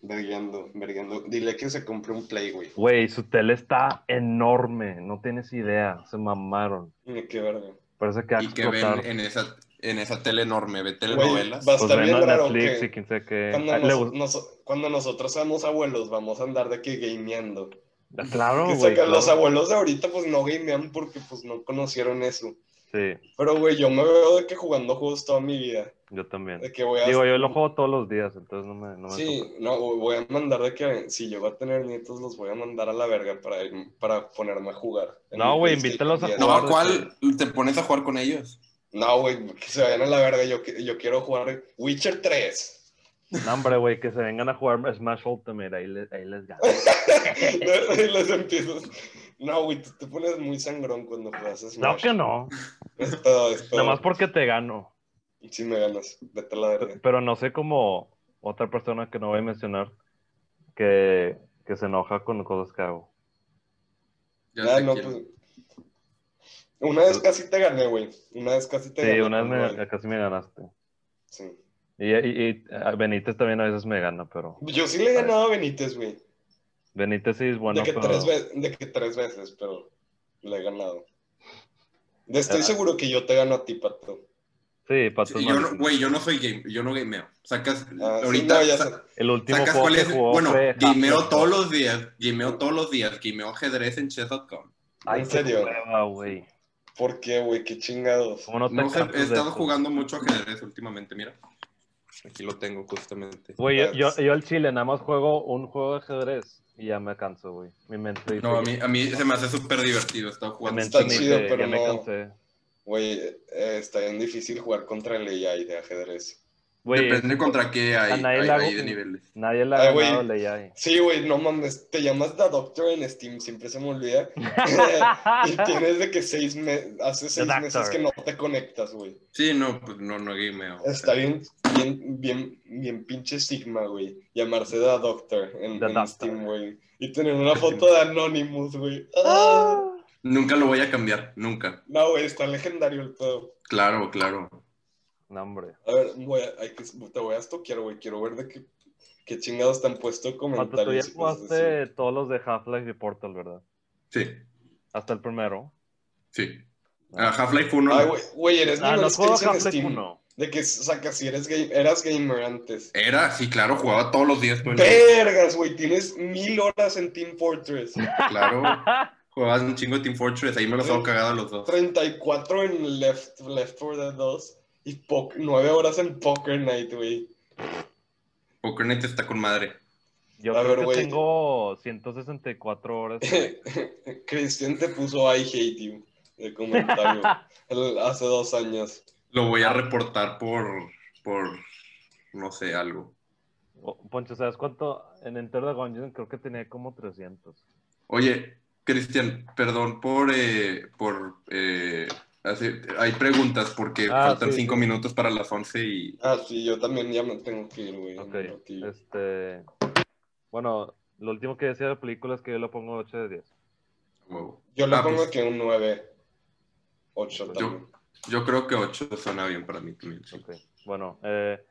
[SPEAKER 2] Vergueando, vergueando. Dile que se compre un Play, güey.
[SPEAKER 3] Güey, su tele está enorme, no tienes idea, se mamaron.
[SPEAKER 2] Me Mm, qué verga.
[SPEAKER 3] Parece que va a
[SPEAKER 1] Y que ven
[SPEAKER 3] explotar.
[SPEAKER 1] en esa, en esa tele enorme, ve
[SPEAKER 2] Güey,
[SPEAKER 1] telenovelas.
[SPEAKER 2] va a
[SPEAKER 3] Pues
[SPEAKER 2] estar
[SPEAKER 3] ven
[SPEAKER 2] bien
[SPEAKER 3] a
[SPEAKER 2] raro
[SPEAKER 3] Netflix
[SPEAKER 2] que
[SPEAKER 3] y quién sabe qué.
[SPEAKER 2] cuando,
[SPEAKER 3] Ah, le
[SPEAKER 2] nos-
[SPEAKER 3] gust-
[SPEAKER 2] nos- cuando nosotros seamos abuelos, vamos a andar de que gameando.
[SPEAKER 3] ah, Claro,
[SPEAKER 2] Que
[SPEAKER 3] güey.
[SPEAKER 2] saca- Los
[SPEAKER 3] claro.
[SPEAKER 2] abuelos de ahorita, pues no gamean porque pues no conocieron eso.
[SPEAKER 3] Sí,
[SPEAKER 2] Pero, güey, yo me veo de que jugando juegos toda mi vida.
[SPEAKER 3] yo también.
[SPEAKER 2] De que voy a
[SPEAKER 3] Digo, yo lo juego todos los días, entonces no me, no me
[SPEAKER 2] Sí, no, voy a mandar de que si yo voy a tener nietos, los voy a mandar a la verga para, ir- para ponerme a jugar. En
[SPEAKER 3] No,
[SPEAKER 2] mi
[SPEAKER 3] güey,
[SPEAKER 2] PlayStation
[SPEAKER 3] invítalos a
[SPEAKER 2] 10.
[SPEAKER 1] No,
[SPEAKER 3] jugar.
[SPEAKER 1] ¿cuál? ¿Te pones a jugar con ellos?
[SPEAKER 2] No, güey, que se vayan a la verga. Yo, qui- yo quiero jugar Witcher *laughs* 3.
[SPEAKER 3] toca. No, hombre, güey, que se vengan a jugar Smash Ultimate, ahí, le- ahí les
[SPEAKER 2] *laughs*
[SPEAKER 3] gano.
[SPEAKER 2] Y los empiezo. No, güey, tú te pones muy sangrón cuando juegas
[SPEAKER 3] No,
[SPEAKER 2] Smash.
[SPEAKER 3] que no.
[SPEAKER 2] Es pedo, es pedo.
[SPEAKER 3] Nada más porque te gano.
[SPEAKER 2] Si me ganas, vete a la verga.
[SPEAKER 3] Pero no sé como otra persona que no voy a mencionar que, que se enoja con cosas que hago.
[SPEAKER 1] Ya
[SPEAKER 2] Ah,
[SPEAKER 1] sé
[SPEAKER 2] no,
[SPEAKER 1] quién.
[SPEAKER 2] pues. Una vez casi te gané, güey. Una vez casi te gané.
[SPEAKER 3] Sí, una vez
[SPEAKER 2] pero, güey,
[SPEAKER 3] me- casi me ganaste.
[SPEAKER 2] sí.
[SPEAKER 3] Y, y- y, eh, Benítez también a veces me gana, pero
[SPEAKER 2] Yo sí le he ganado a Benítez, güey.
[SPEAKER 3] Benítez sí es bueno,
[SPEAKER 2] de, que
[SPEAKER 3] pero
[SPEAKER 2] tres ve- de que tres veces, pero le he ganado. De- Estoy
[SPEAKER 3] Ah.
[SPEAKER 2] seguro que yo te gano a ti, Pato.
[SPEAKER 3] sí, Pato
[SPEAKER 1] Sí,
[SPEAKER 3] es
[SPEAKER 1] yo no,
[SPEAKER 3] malísimo.
[SPEAKER 1] güey, yo no soy game, yo no gameo. Sacas,
[SPEAKER 2] Ah, sí,
[SPEAKER 1] ahorita,
[SPEAKER 2] no, ya
[SPEAKER 1] sa-
[SPEAKER 2] sé.
[SPEAKER 3] el último
[SPEAKER 1] sacas
[SPEAKER 3] juego
[SPEAKER 1] cuál
[SPEAKER 3] que
[SPEAKER 1] es,
[SPEAKER 3] jugó
[SPEAKER 1] bueno,
[SPEAKER 3] fue
[SPEAKER 1] gameo
[SPEAKER 3] Half-Life.
[SPEAKER 1] todos los días, gameo todos los días, gameo ajedrez en chess.com.
[SPEAKER 3] Ay,
[SPEAKER 2] ¿En
[SPEAKER 3] qué
[SPEAKER 2] serio?
[SPEAKER 3] hueva, güey.
[SPEAKER 2] ¿Por qué, güey? Qué chingados.
[SPEAKER 3] ¿Cómo no te
[SPEAKER 1] No sé,
[SPEAKER 3] cansas
[SPEAKER 1] he
[SPEAKER 3] de
[SPEAKER 1] estado
[SPEAKER 3] eso?
[SPEAKER 1] jugando mucho ajedrez últimamente, mira. Aquí lo tengo justamente.
[SPEAKER 3] Güey, yo, yo, yo al chile nada más juego un juego de ajedrez y ya me canso, güey. Mi mente dice,
[SPEAKER 1] No, a mí, a mí se me hace súper divertido, he estado
[SPEAKER 3] mi
[SPEAKER 1] jugando.
[SPEAKER 3] mente
[SPEAKER 2] ah, está
[SPEAKER 3] me
[SPEAKER 2] chido,
[SPEAKER 3] dice,
[SPEAKER 2] pero
[SPEAKER 3] ya me
[SPEAKER 2] no.
[SPEAKER 3] cansé.
[SPEAKER 2] Güey, eh, está bien difícil jugar contra el AI de ajedrez.
[SPEAKER 3] Güey,
[SPEAKER 1] Depende contra qué hay,
[SPEAKER 3] a nadie
[SPEAKER 1] hay-
[SPEAKER 3] le hago-
[SPEAKER 1] hay de niveles.
[SPEAKER 3] nadie le ha
[SPEAKER 2] Ay, güey.
[SPEAKER 3] ganado el AI.
[SPEAKER 2] Sí, güey, no mames. Te llamas The Doctor en Steam, siempre se me
[SPEAKER 3] *laughs*
[SPEAKER 2] olvida. *laughs* *laughs* y tienes de que seis meses, hace seis
[SPEAKER 3] Doctor.
[SPEAKER 2] meses que no te conectas, güey.
[SPEAKER 1] Sí, no, pues no, no gameo. o sea.
[SPEAKER 2] Está bien, bien, bien, bien pinche sigma, güey. Llamarse The Doctor en,
[SPEAKER 3] The
[SPEAKER 2] en
[SPEAKER 3] Doctor.
[SPEAKER 2] Steam, güey. Y tener
[SPEAKER 3] *laughs*
[SPEAKER 2] una foto de Anonymous, güey. Ah.
[SPEAKER 1] Nunca lo voy a cambiar, nunca.
[SPEAKER 2] No, güey, está legendario el pedo.
[SPEAKER 1] Claro, claro.
[SPEAKER 3] No, hombre.
[SPEAKER 2] A ver, voy a- hay que, te voy a estoquear, güey. Quiero ver de qué, qué chingados te han puesto
[SPEAKER 3] Pato, tú ya
[SPEAKER 2] comentarios. y cosas
[SPEAKER 3] jugaste todos los de Half-Life y Portal, ¿verdad?
[SPEAKER 1] Sí,
[SPEAKER 3] Hasta el primero.
[SPEAKER 1] sí. Ah, Half-Life 1.
[SPEAKER 2] así. Ay, güey, güey, eres
[SPEAKER 3] Ah,
[SPEAKER 2] mi
[SPEAKER 3] no juego
[SPEAKER 2] en
[SPEAKER 3] Half-Life
[SPEAKER 2] Steam.
[SPEAKER 3] 1.
[SPEAKER 2] De que sacas si eres game, eras gamer antes.
[SPEAKER 1] Era, sí, claro, jugaba todos los días. pues, todo el día.
[SPEAKER 2] Vergas, güey, tienes mil horas en Team
[SPEAKER 3] *laughs*
[SPEAKER 2] Fortress.
[SPEAKER 1] Claro, jugabas un chingo de Team Fortress, ahí me los hago cagado a los dos.
[SPEAKER 2] 34 en Left, Left 4 Dead 2 y 9 horas en Poker Night, güey. *laughs*
[SPEAKER 1] Poker Night está con madre.
[SPEAKER 3] Yo
[SPEAKER 2] A
[SPEAKER 3] creo
[SPEAKER 2] ver,
[SPEAKER 3] que
[SPEAKER 2] güey.
[SPEAKER 3] tengo 164 horas.
[SPEAKER 2] *laughs* Cristian te puso I hate you de
[SPEAKER 3] *laughs*
[SPEAKER 2] comentario el- hace dos años.
[SPEAKER 1] Lo voy
[SPEAKER 3] Ah.
[SPEAKER 1] a reportar por, por, no sé, algo.
[SPEAKER 3] Oh, Poncho, ¿sabes cuánto? En Enter the Gungeon creo que tenía como 300.
[SPEAKER 1] Oye, Cristian, perdón por, eh, por, eh, hace- hay preguntas porque
[SPEAKER 3] Ah,
[SPEAKER 1] faltan
[SPEAKER 3] sí,
[SPEAKER 1] cinco
[SPEAKER 3] sí.
[SPEAKER 1] minutos para las 11 y
[SPEAKER 2] Ah, sí, yo también ya me tengo que ir, güey.
[SPEAKER 3] Ok,
[SPEAKER 2] un ratillo.
[SPEAKER 3] este... Bueno, lo último que decía de película es que yo le pongo 8 de 10.
[SPEAKER 1] huevo.
[SPEAKER 2] Yo le
[SPEAKER 1] Ah,
[SPEAKER 2] pongo
[SPEAKER 1] pues,
[SPEAKER 2] que un 9, 8
[SPEAKER 3] Yo-
[SPEAKER 2] también.
[SPEAKER 1] Yo creo que 8 suena bien para mí también. sí.
[SPEAKER 3] Ok, bueno, eh,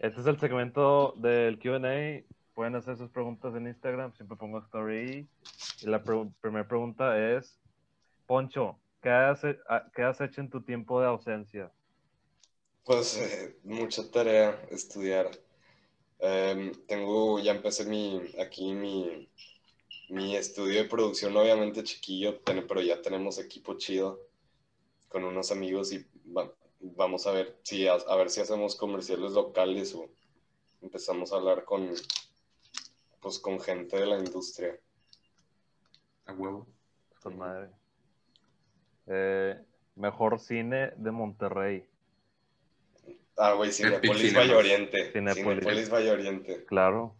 [SPEAKER 3] Este es el segmento del QA. Pueden hacer sus preguntas en Instagram. Siempre pongo story. Y la pre- primera pregunta es: Poncho, ¿qué has, he- a- ¿qué has hecho en tu tiempo de ausencia?
[SPEAKER 2] Pues eh, mucha tarea, estudiar. Em, tengo, ya empecé mi, aquí mi, mi estudio de producción, obviamente chiquillo, ten- pero ya tenemos equipo chido con unos amigos y va- vamos a ver si a, a ver si hacemos comerciales locales o empezamos a hablar con pues con gente de la industria.
[SPEAKER 1] A huevo.
[SPEAKER 3] Con madre. Eh, mejor cine de Monterrey.
[SPEAKER 2] Ah, güey, Cinepolis
[SPEAKER 1] Cinemas.
[SPEAKER 2] Valle Oriente.
[SPEAKER 3] Cinépolis.
[SPEAKER 2] Cinepolis Valle Oriente.
[SPEAKER 3] Claro.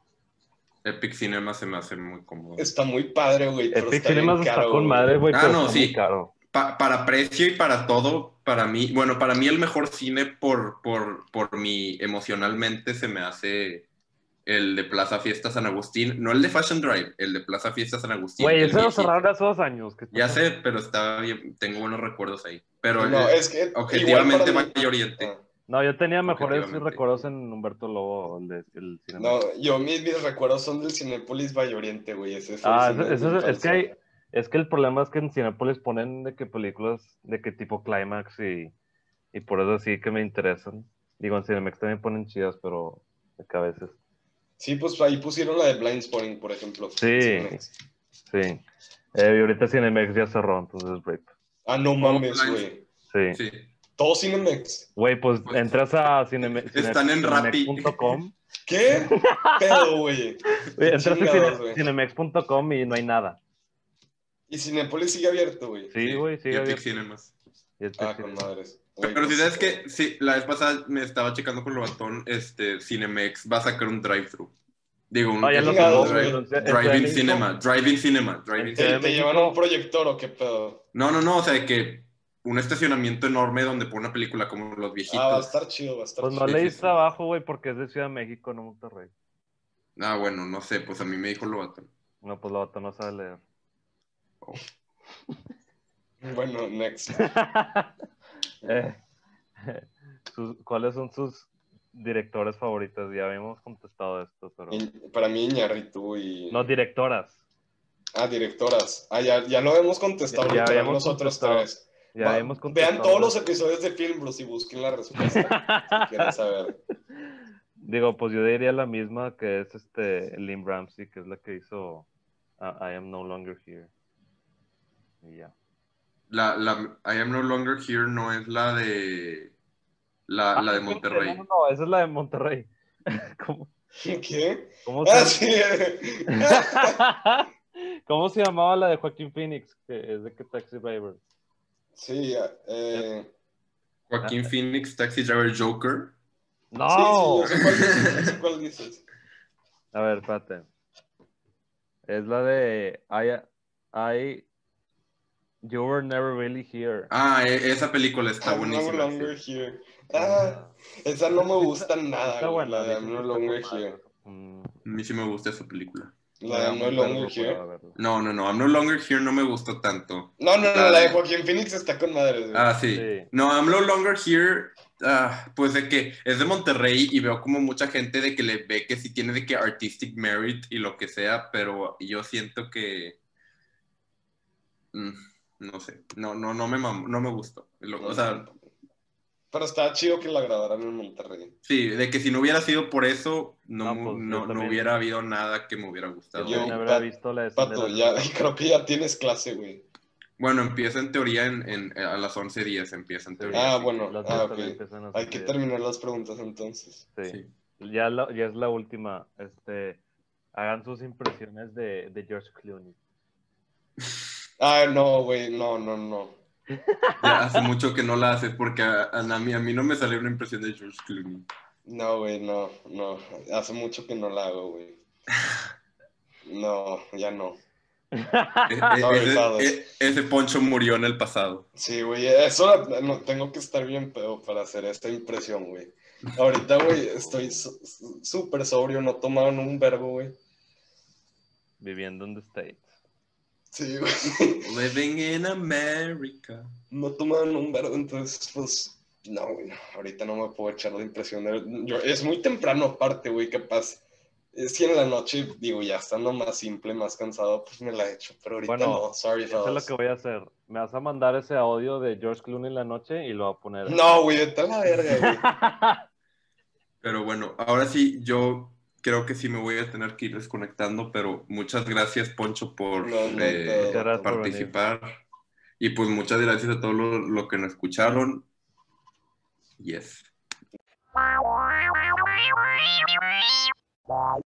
[SPEAKER 1] Epic Cinema se me hace muy cómodo.
[SPEAKER 2] Está muy padre, güey, pero
[SPEAKER 3] Epic
[SPEAKER 2] está bien
[SPEAKER 3] Cinemas está
[SPEAKER 2] caro,
[SPEAKER 3] con
[SPEAKER 2] güey.
[SPEAKER 3] madre, güey.
[SPEAKER 1] Ah,
[SPEAKER 3] pero
[SPEAKER 1] no,
[SPEAKER 3] está
[SPEAKER 1] sí.
[SPEAKER 3] muy caro.
[SPEAKER 1] Pa- para precio y para todo, para mí, bueno, para mí el mejor cine por, por, por mi emocionalmente se me hace el de Plaza Fiesta San Agustín, no el de Fashion Drive, el de Plaza Fiesta San Agustín.
[SPEAKER 3] Güey,
[SPEAKER 1] el
[SPEAKER 3] eso lo
[SPEAKER 1] viejito.
[SPEAKER 3] cerraron hace dos años. ¿qué está
[SPEAKER 1] Ya sé, pero estaba bien, tengo buenos recuerdos ahí. Pero
[SPEAKER 2] No,
[SPEAKER 1] eh,
[SPEAKER 2] es que
[SPEAKER 1] objetivamente
[SPEAKER 2] igual para mí-
[SPEAKER 1] Valle Oriente.
[SPEAKER 2] Ah,
[SPEAKER 3] No, yo tenía mejores
[SPEAKER 1] Objetivamente.
[SPEAKER 3] recuerdos en Humberto Lobo, el, de- el cine.
[SPEAKER 2] No, yo mis, mis recuerdos son del Cinépolis Valle Oriente, güey. Ese fue el
[SPEAKER 3] Ah,
[SPEAKER 2] cine
[SPEAKER 3] eso-
[SPEAKER 2] de
[SPEAKER 3] eso
[SPEAKER 2] mi
[SPEAKER 3] es, es que
[SPEAKER 2] infancia.
[SPEAKER 3] hay- es que el problema es que en Cinepolis ponen de que películas de que tipo Climax y, y por eso sí que me interesan. Digo, en Cinemex también ponen chidas, pero de que a veces.
[SPEAKER 2] Sí, pues ahí pusieron la de Blind Spotting, por ejemplo.
[SPEAKER 3] Sí.
[SPEAKER 2] Cinemex.
[SPEAKER 3] Sí. Eh, y ahorita Cinemex ya cerró, entonces rip.
[SPEAKER 2] Ah, no mames,
[SPEAKER 1] Oh, Blind-
[SPEAKER 2] güey.
[SPEAKER 3] Sí.
[SPEAKER 1] Sí.
[SPEAKER 2] Todo Cinemex.
[SPEAKER 3] Güey, pues
[SPEAKER 1] Pues,
[SPEAKER 3] entras a cineme-
[SPEAKER 1] están en Rappi.
[SPEAKER 3] cinemex.com. *laughs*
[SPEAKER 2] ¿Qué? Pedo, güey.
[SPEAKER 3] Güey, Entras a
[SPEAKER 2] Chingados,
[SPEAKER 3] cine-
[SPEAKER 2] güey.
[SPEAKER 3] cinemex.com y no hay nada.
[SPEAKER 2] Y Cinépolis sigue abierto, güey.
[SPEAKER 3] Sí, güey,
[SPEAKER 1] y
[SPEAKER 3] sí.
[SPEAKER 1] Epic
[SPEAKER 3] había-
[SPEAKER 1] Cinemas.
[SPEAKER 3] y este
[SPEAKER 2] Ah,
[SPEAKER 3] sí.
[SPEAKER 2] con madres. Güey,
[SPEAKER 1] Pero si
[SPEAKER 2] pues,
[SPEAKER 1] sabes que, sí, la vez pasada me estaba checando con lo batón, este, Cinemex va a sacar un drive-thru. Digo, un
[SPEAKER 3] No, Ah, ya lo Este
[SPEAKER 2] Chingados,
[SPEAKER 3] cerró,
[SPEAKER 2] güey.
[SPEAKER 3] güey. En
[SPEAKER 1] Drive-in
[SPEAKER 3] Cinemex-
[SPEAKER 1] cinema, drive-in cinema, drive-in
[SPEAKER 3] Sí,
[SPEAKER 2] ¿Te,
[SPEAKER 1] cinema.
[SPEAKER 2] te
[SPEAKER 3] México.
[SPEAKER 2] llevan a un proyector o qué pedo?
[SPEAKER 1] No, no, no, o sea, de que un estacionamiento enorme donde pone una película como Los Viejitos.
[SPEAKER 2] Ah, va a
[SPEAKER 1] Ah,
[SPEAKER 2] estar chido, va a estar
[SPEAKER 3] Pues
[SPEAKER 2] chido.
[SPEAKER 3] no
[SPEAKER 1] Sí,
[SPEAKER 3] le
[SPEAKER 1] sí,
[SPEAKER 3] hice
[SPEAKER 1] sí.
[SPEAKER 3] trabajo, güey, porque es de Ciudad de México, no Monterrey.
[SPEAKER 1] bueno, no sé, pues a mí me dijo lo batón.
[SPEAKER 3] No, pues la bata no
[SPEAKER 2] *laughs*
[SPEAKER 3] sabe leer.
[SPEAKER 2] Bueno,
[SPEAKER 3] *laughs*
[SPEAKER 2] next.
[SPEAKER 3] Eh, *laughs* sus- ¿Cuáles son sus directores favoritas? Ya habíamos contestado esto, pero.
[SPEAKER 2] Iñ- Para mí, Iñarritu y.
[SPEAKER 3] No, directoras.
[SPEAKER 2] Ah, directoras. Ah, ya, ya lo hemos contestado
[SPEAKER 3] Ya- ya
[SPEAKER 2] literal
[SPEAKER 3] habíamos
[SPEAKER 2] nosotros
[SPEAKER 3] contestado.
[SPEAKER 2] tres.
[SPEAKER 3] Ya
[SPEAKER 2] Va-
[SPEAKER 3] habíamos contestado.
[SPEAKER 2] Vean todos los episodios de Film Bros y busquen la respuesta. *laughs* si quieren
[SPEAKER 3] *laughs*
[SPEAKER 2] saber.
[SPEAKER 3] Digo, pues yo diría la misma que es este Lynn Ramsey, que es la que hizo uh, I Am No Longer Here. Y ya.
[SPEAKER 1] La, la I Am No Longer Here no es la de
[SPEAKER 2] Ah,
[SPEAKER 1] la, la de Monterrey.
[SPEAKER 3] No, no, esa es la de Monterrey. *laughs* ¿Cómo,
[SPEAKER 2] ¿Qué?
[SPEAKER 3] cómo
[SPEAKER 2] Ah,
[SPEAKER 3] se...
[SPEAKER 2] sí.
[SPEAKER 3] *laughs*
[SPEAKER 2] *laughs*
[SPEAKER 3] ¿Cómo se llamaba la de Joaquín Phoenix? Que es de que Taxi Driver.
[SPEAKER 2] Sí, eh,
[SPEAKER 1] Joaquín Phoenix, Taxi Driver Joker.
[SPEAKER 3] No.
[SPEAKER 2] sí, sí, yo sé cuál dices, yo sé cuál dices.
[SPEAKER 3] A ver, espérate. Es la de I, I You Were Never Really Here.
[SPEAKER 1] Ah, e- esa película *laughs* está
[SPEAKER 2] I'm no
[SPEAKER 1] buenísima.
[SPEAKER 2] longer
[SPEAKER 1] sí.
[SPEAKER 2] here. Ah, esa no me gusta nada.
[SPEAKER 3] Está
[SPEAKER 2] güey, La
[SPEAKER 3] buena.
[SPEAKER 2] de
[SPEAKER 3] dicen
[SPEAKER 2] I'm no
[SPEAKER 3] que está
[SPEAKER 2] longer
[SPEAKER 3] con madre.
[SPEAKER 2] here.
[SPEAKER 3] Mm,
[SPEAKER 1] A mí sí me gusta esa película.
[SPEAKER 2] La de I'm no
[SPEAKER 3] pero
[SPEAKER 2] longer
[SPEAKER 3] voy a
[SPEAKER 2] here.
[SPEAKER 3] verla.
[SPEAKER 1] No, no, no, I'm No Longer Here no me gustó tanto.
[SPEAKER 2] No, no,
[SPEAKER 1] La
[SPEAKER 2] no, la
[SPEAKER 1] de-
[SPEAKER 2] de Joaquín Phoenix está con madres. güey.
[SPEAKER 1] Ah, sí.
[SPEAKER 3] Sí.
[SPEAKER 1] No, I'm no longer here. ah, pues de que es de Monterrey y veo como mucha gente de que le ve que sí tiene de que artistic merit y lo que sea, pero yo siento que mm, no sé, no, no, no me mamó, no me gustó. Lo- o sea,
[SPEAKER 2] Pero está chido que la grabaran en Monterrey.
[SPEAKER 1] sí, de que si no hubiera sido por eso, no,
[SPEAKER 3] No, pues,
[SPEAKER 1] no-
[SPEAKER 3] yo
[SPEAKER 1] no
[SPEAKER 3] también.
[SPEAKER 1] hubiera habido nada que me hubiera gustado.
[SPEAKER 3] Yo
[SPEAKER 2] Yo-
[SPEAKER 3] no habría
[SPEAKER 2] Pat-
[SPEAKER 3] visto la de
[SPEAKER 2] Pato,
[SPEAKER 3] Cinderella.
[SPEAKER 2] ya *laughs* creo que ya tienes clase, güey.
[SPEAKER 1] Bueno, empieza en teoría en, en- a las 11 días, empieza en teoría.
[SPEAKER 2] Ah,
[SPEAKER 1] así
[SPEAKER 2] bueno,
[SPEAKER 3] Las
[SPEAKER 2] ah,
[SPEAKER 3] dos
[SPEAKER 2] ok.
[SPEAKER 3] también empiezan a
[SPEAKER 2] Hay que
[SPEAKER 3] salir.
[SPEAKER 2] terminar las preguntas entonces.
[SPEAKER 1] que-
[SPEAKER 3] Sí.
[SPEAKER 1] sí.
[SPEAKER 3] Ya, la- ya es la última. Este, hagan sus impresiones de, de George Clooney.
[SPEAKER 2] Ah, no, güey, no, no, no.
[SPEAKER 1] Ya hace mucho que no la haces porque a, a mí, a mí no me salió una impresión de George Clooney.
[SPEAKER 2] No, güey, no, no. Hace mucho que no la hago, güey. No, ya no. *laughs*
[SPEAKER 1] E- e-
[SPEAKER 2] No,
[SPEAKER 1] ese,
[SPEAKER 2] besados.
[SPEAKER 1] e- ese poncho murió en el pasado.
[SPEAKER 2] Sí, güey, eso no, tengo que estar bien pedo para hacer esta impresión, güey. Ahorita, güey, estoy su- su- súper sobrio, no tomaron un verbo, güey.
[SPEAKER 3] Viviendo en The States.
[SPEAKER 2] Sí, güey.
[SPEAKER 1] Living in America.
[SPEAKER 2] No tomaron un verbo, entonces, pues, No, güey, no, ahorita no me puedo echar la impresión. de- yo- es muy temprano aparte, güey, capaz. Es que en la noche, digo, ya estando más simple, más cansado, pues me la echo. Pero ahorita
[SPEAKER 3] Bueno,
[SPEAKER 2] no, sorry,
[SPEAKER 3] Eso es lo
[SPEAKER 2] fellas.
[SPEAKER 3] que voy a hacer. Me vas a mandar ese audio de George Clooney en la noche y lo voy a poner.
[SPEAKER 2] No, güey, vete a la verga,
[SPEAKER 3] *laughs*
[SPEAKER 2] güey.
[SPEAKER 1] Pero bueno, ahora sí, yo creo que sí me voy a tener que ir desconectando, pero muchas gracias, Poncho, por
[SPEAKER 2] No, no,
[SPEAKER 1] eh,
[SPEAKER 2] no.
[SPEAKER 3] Muchas gracias por
[SPEAKER 1] participar. Y pues muchas gracias a todos los que nos escucharon. Yes.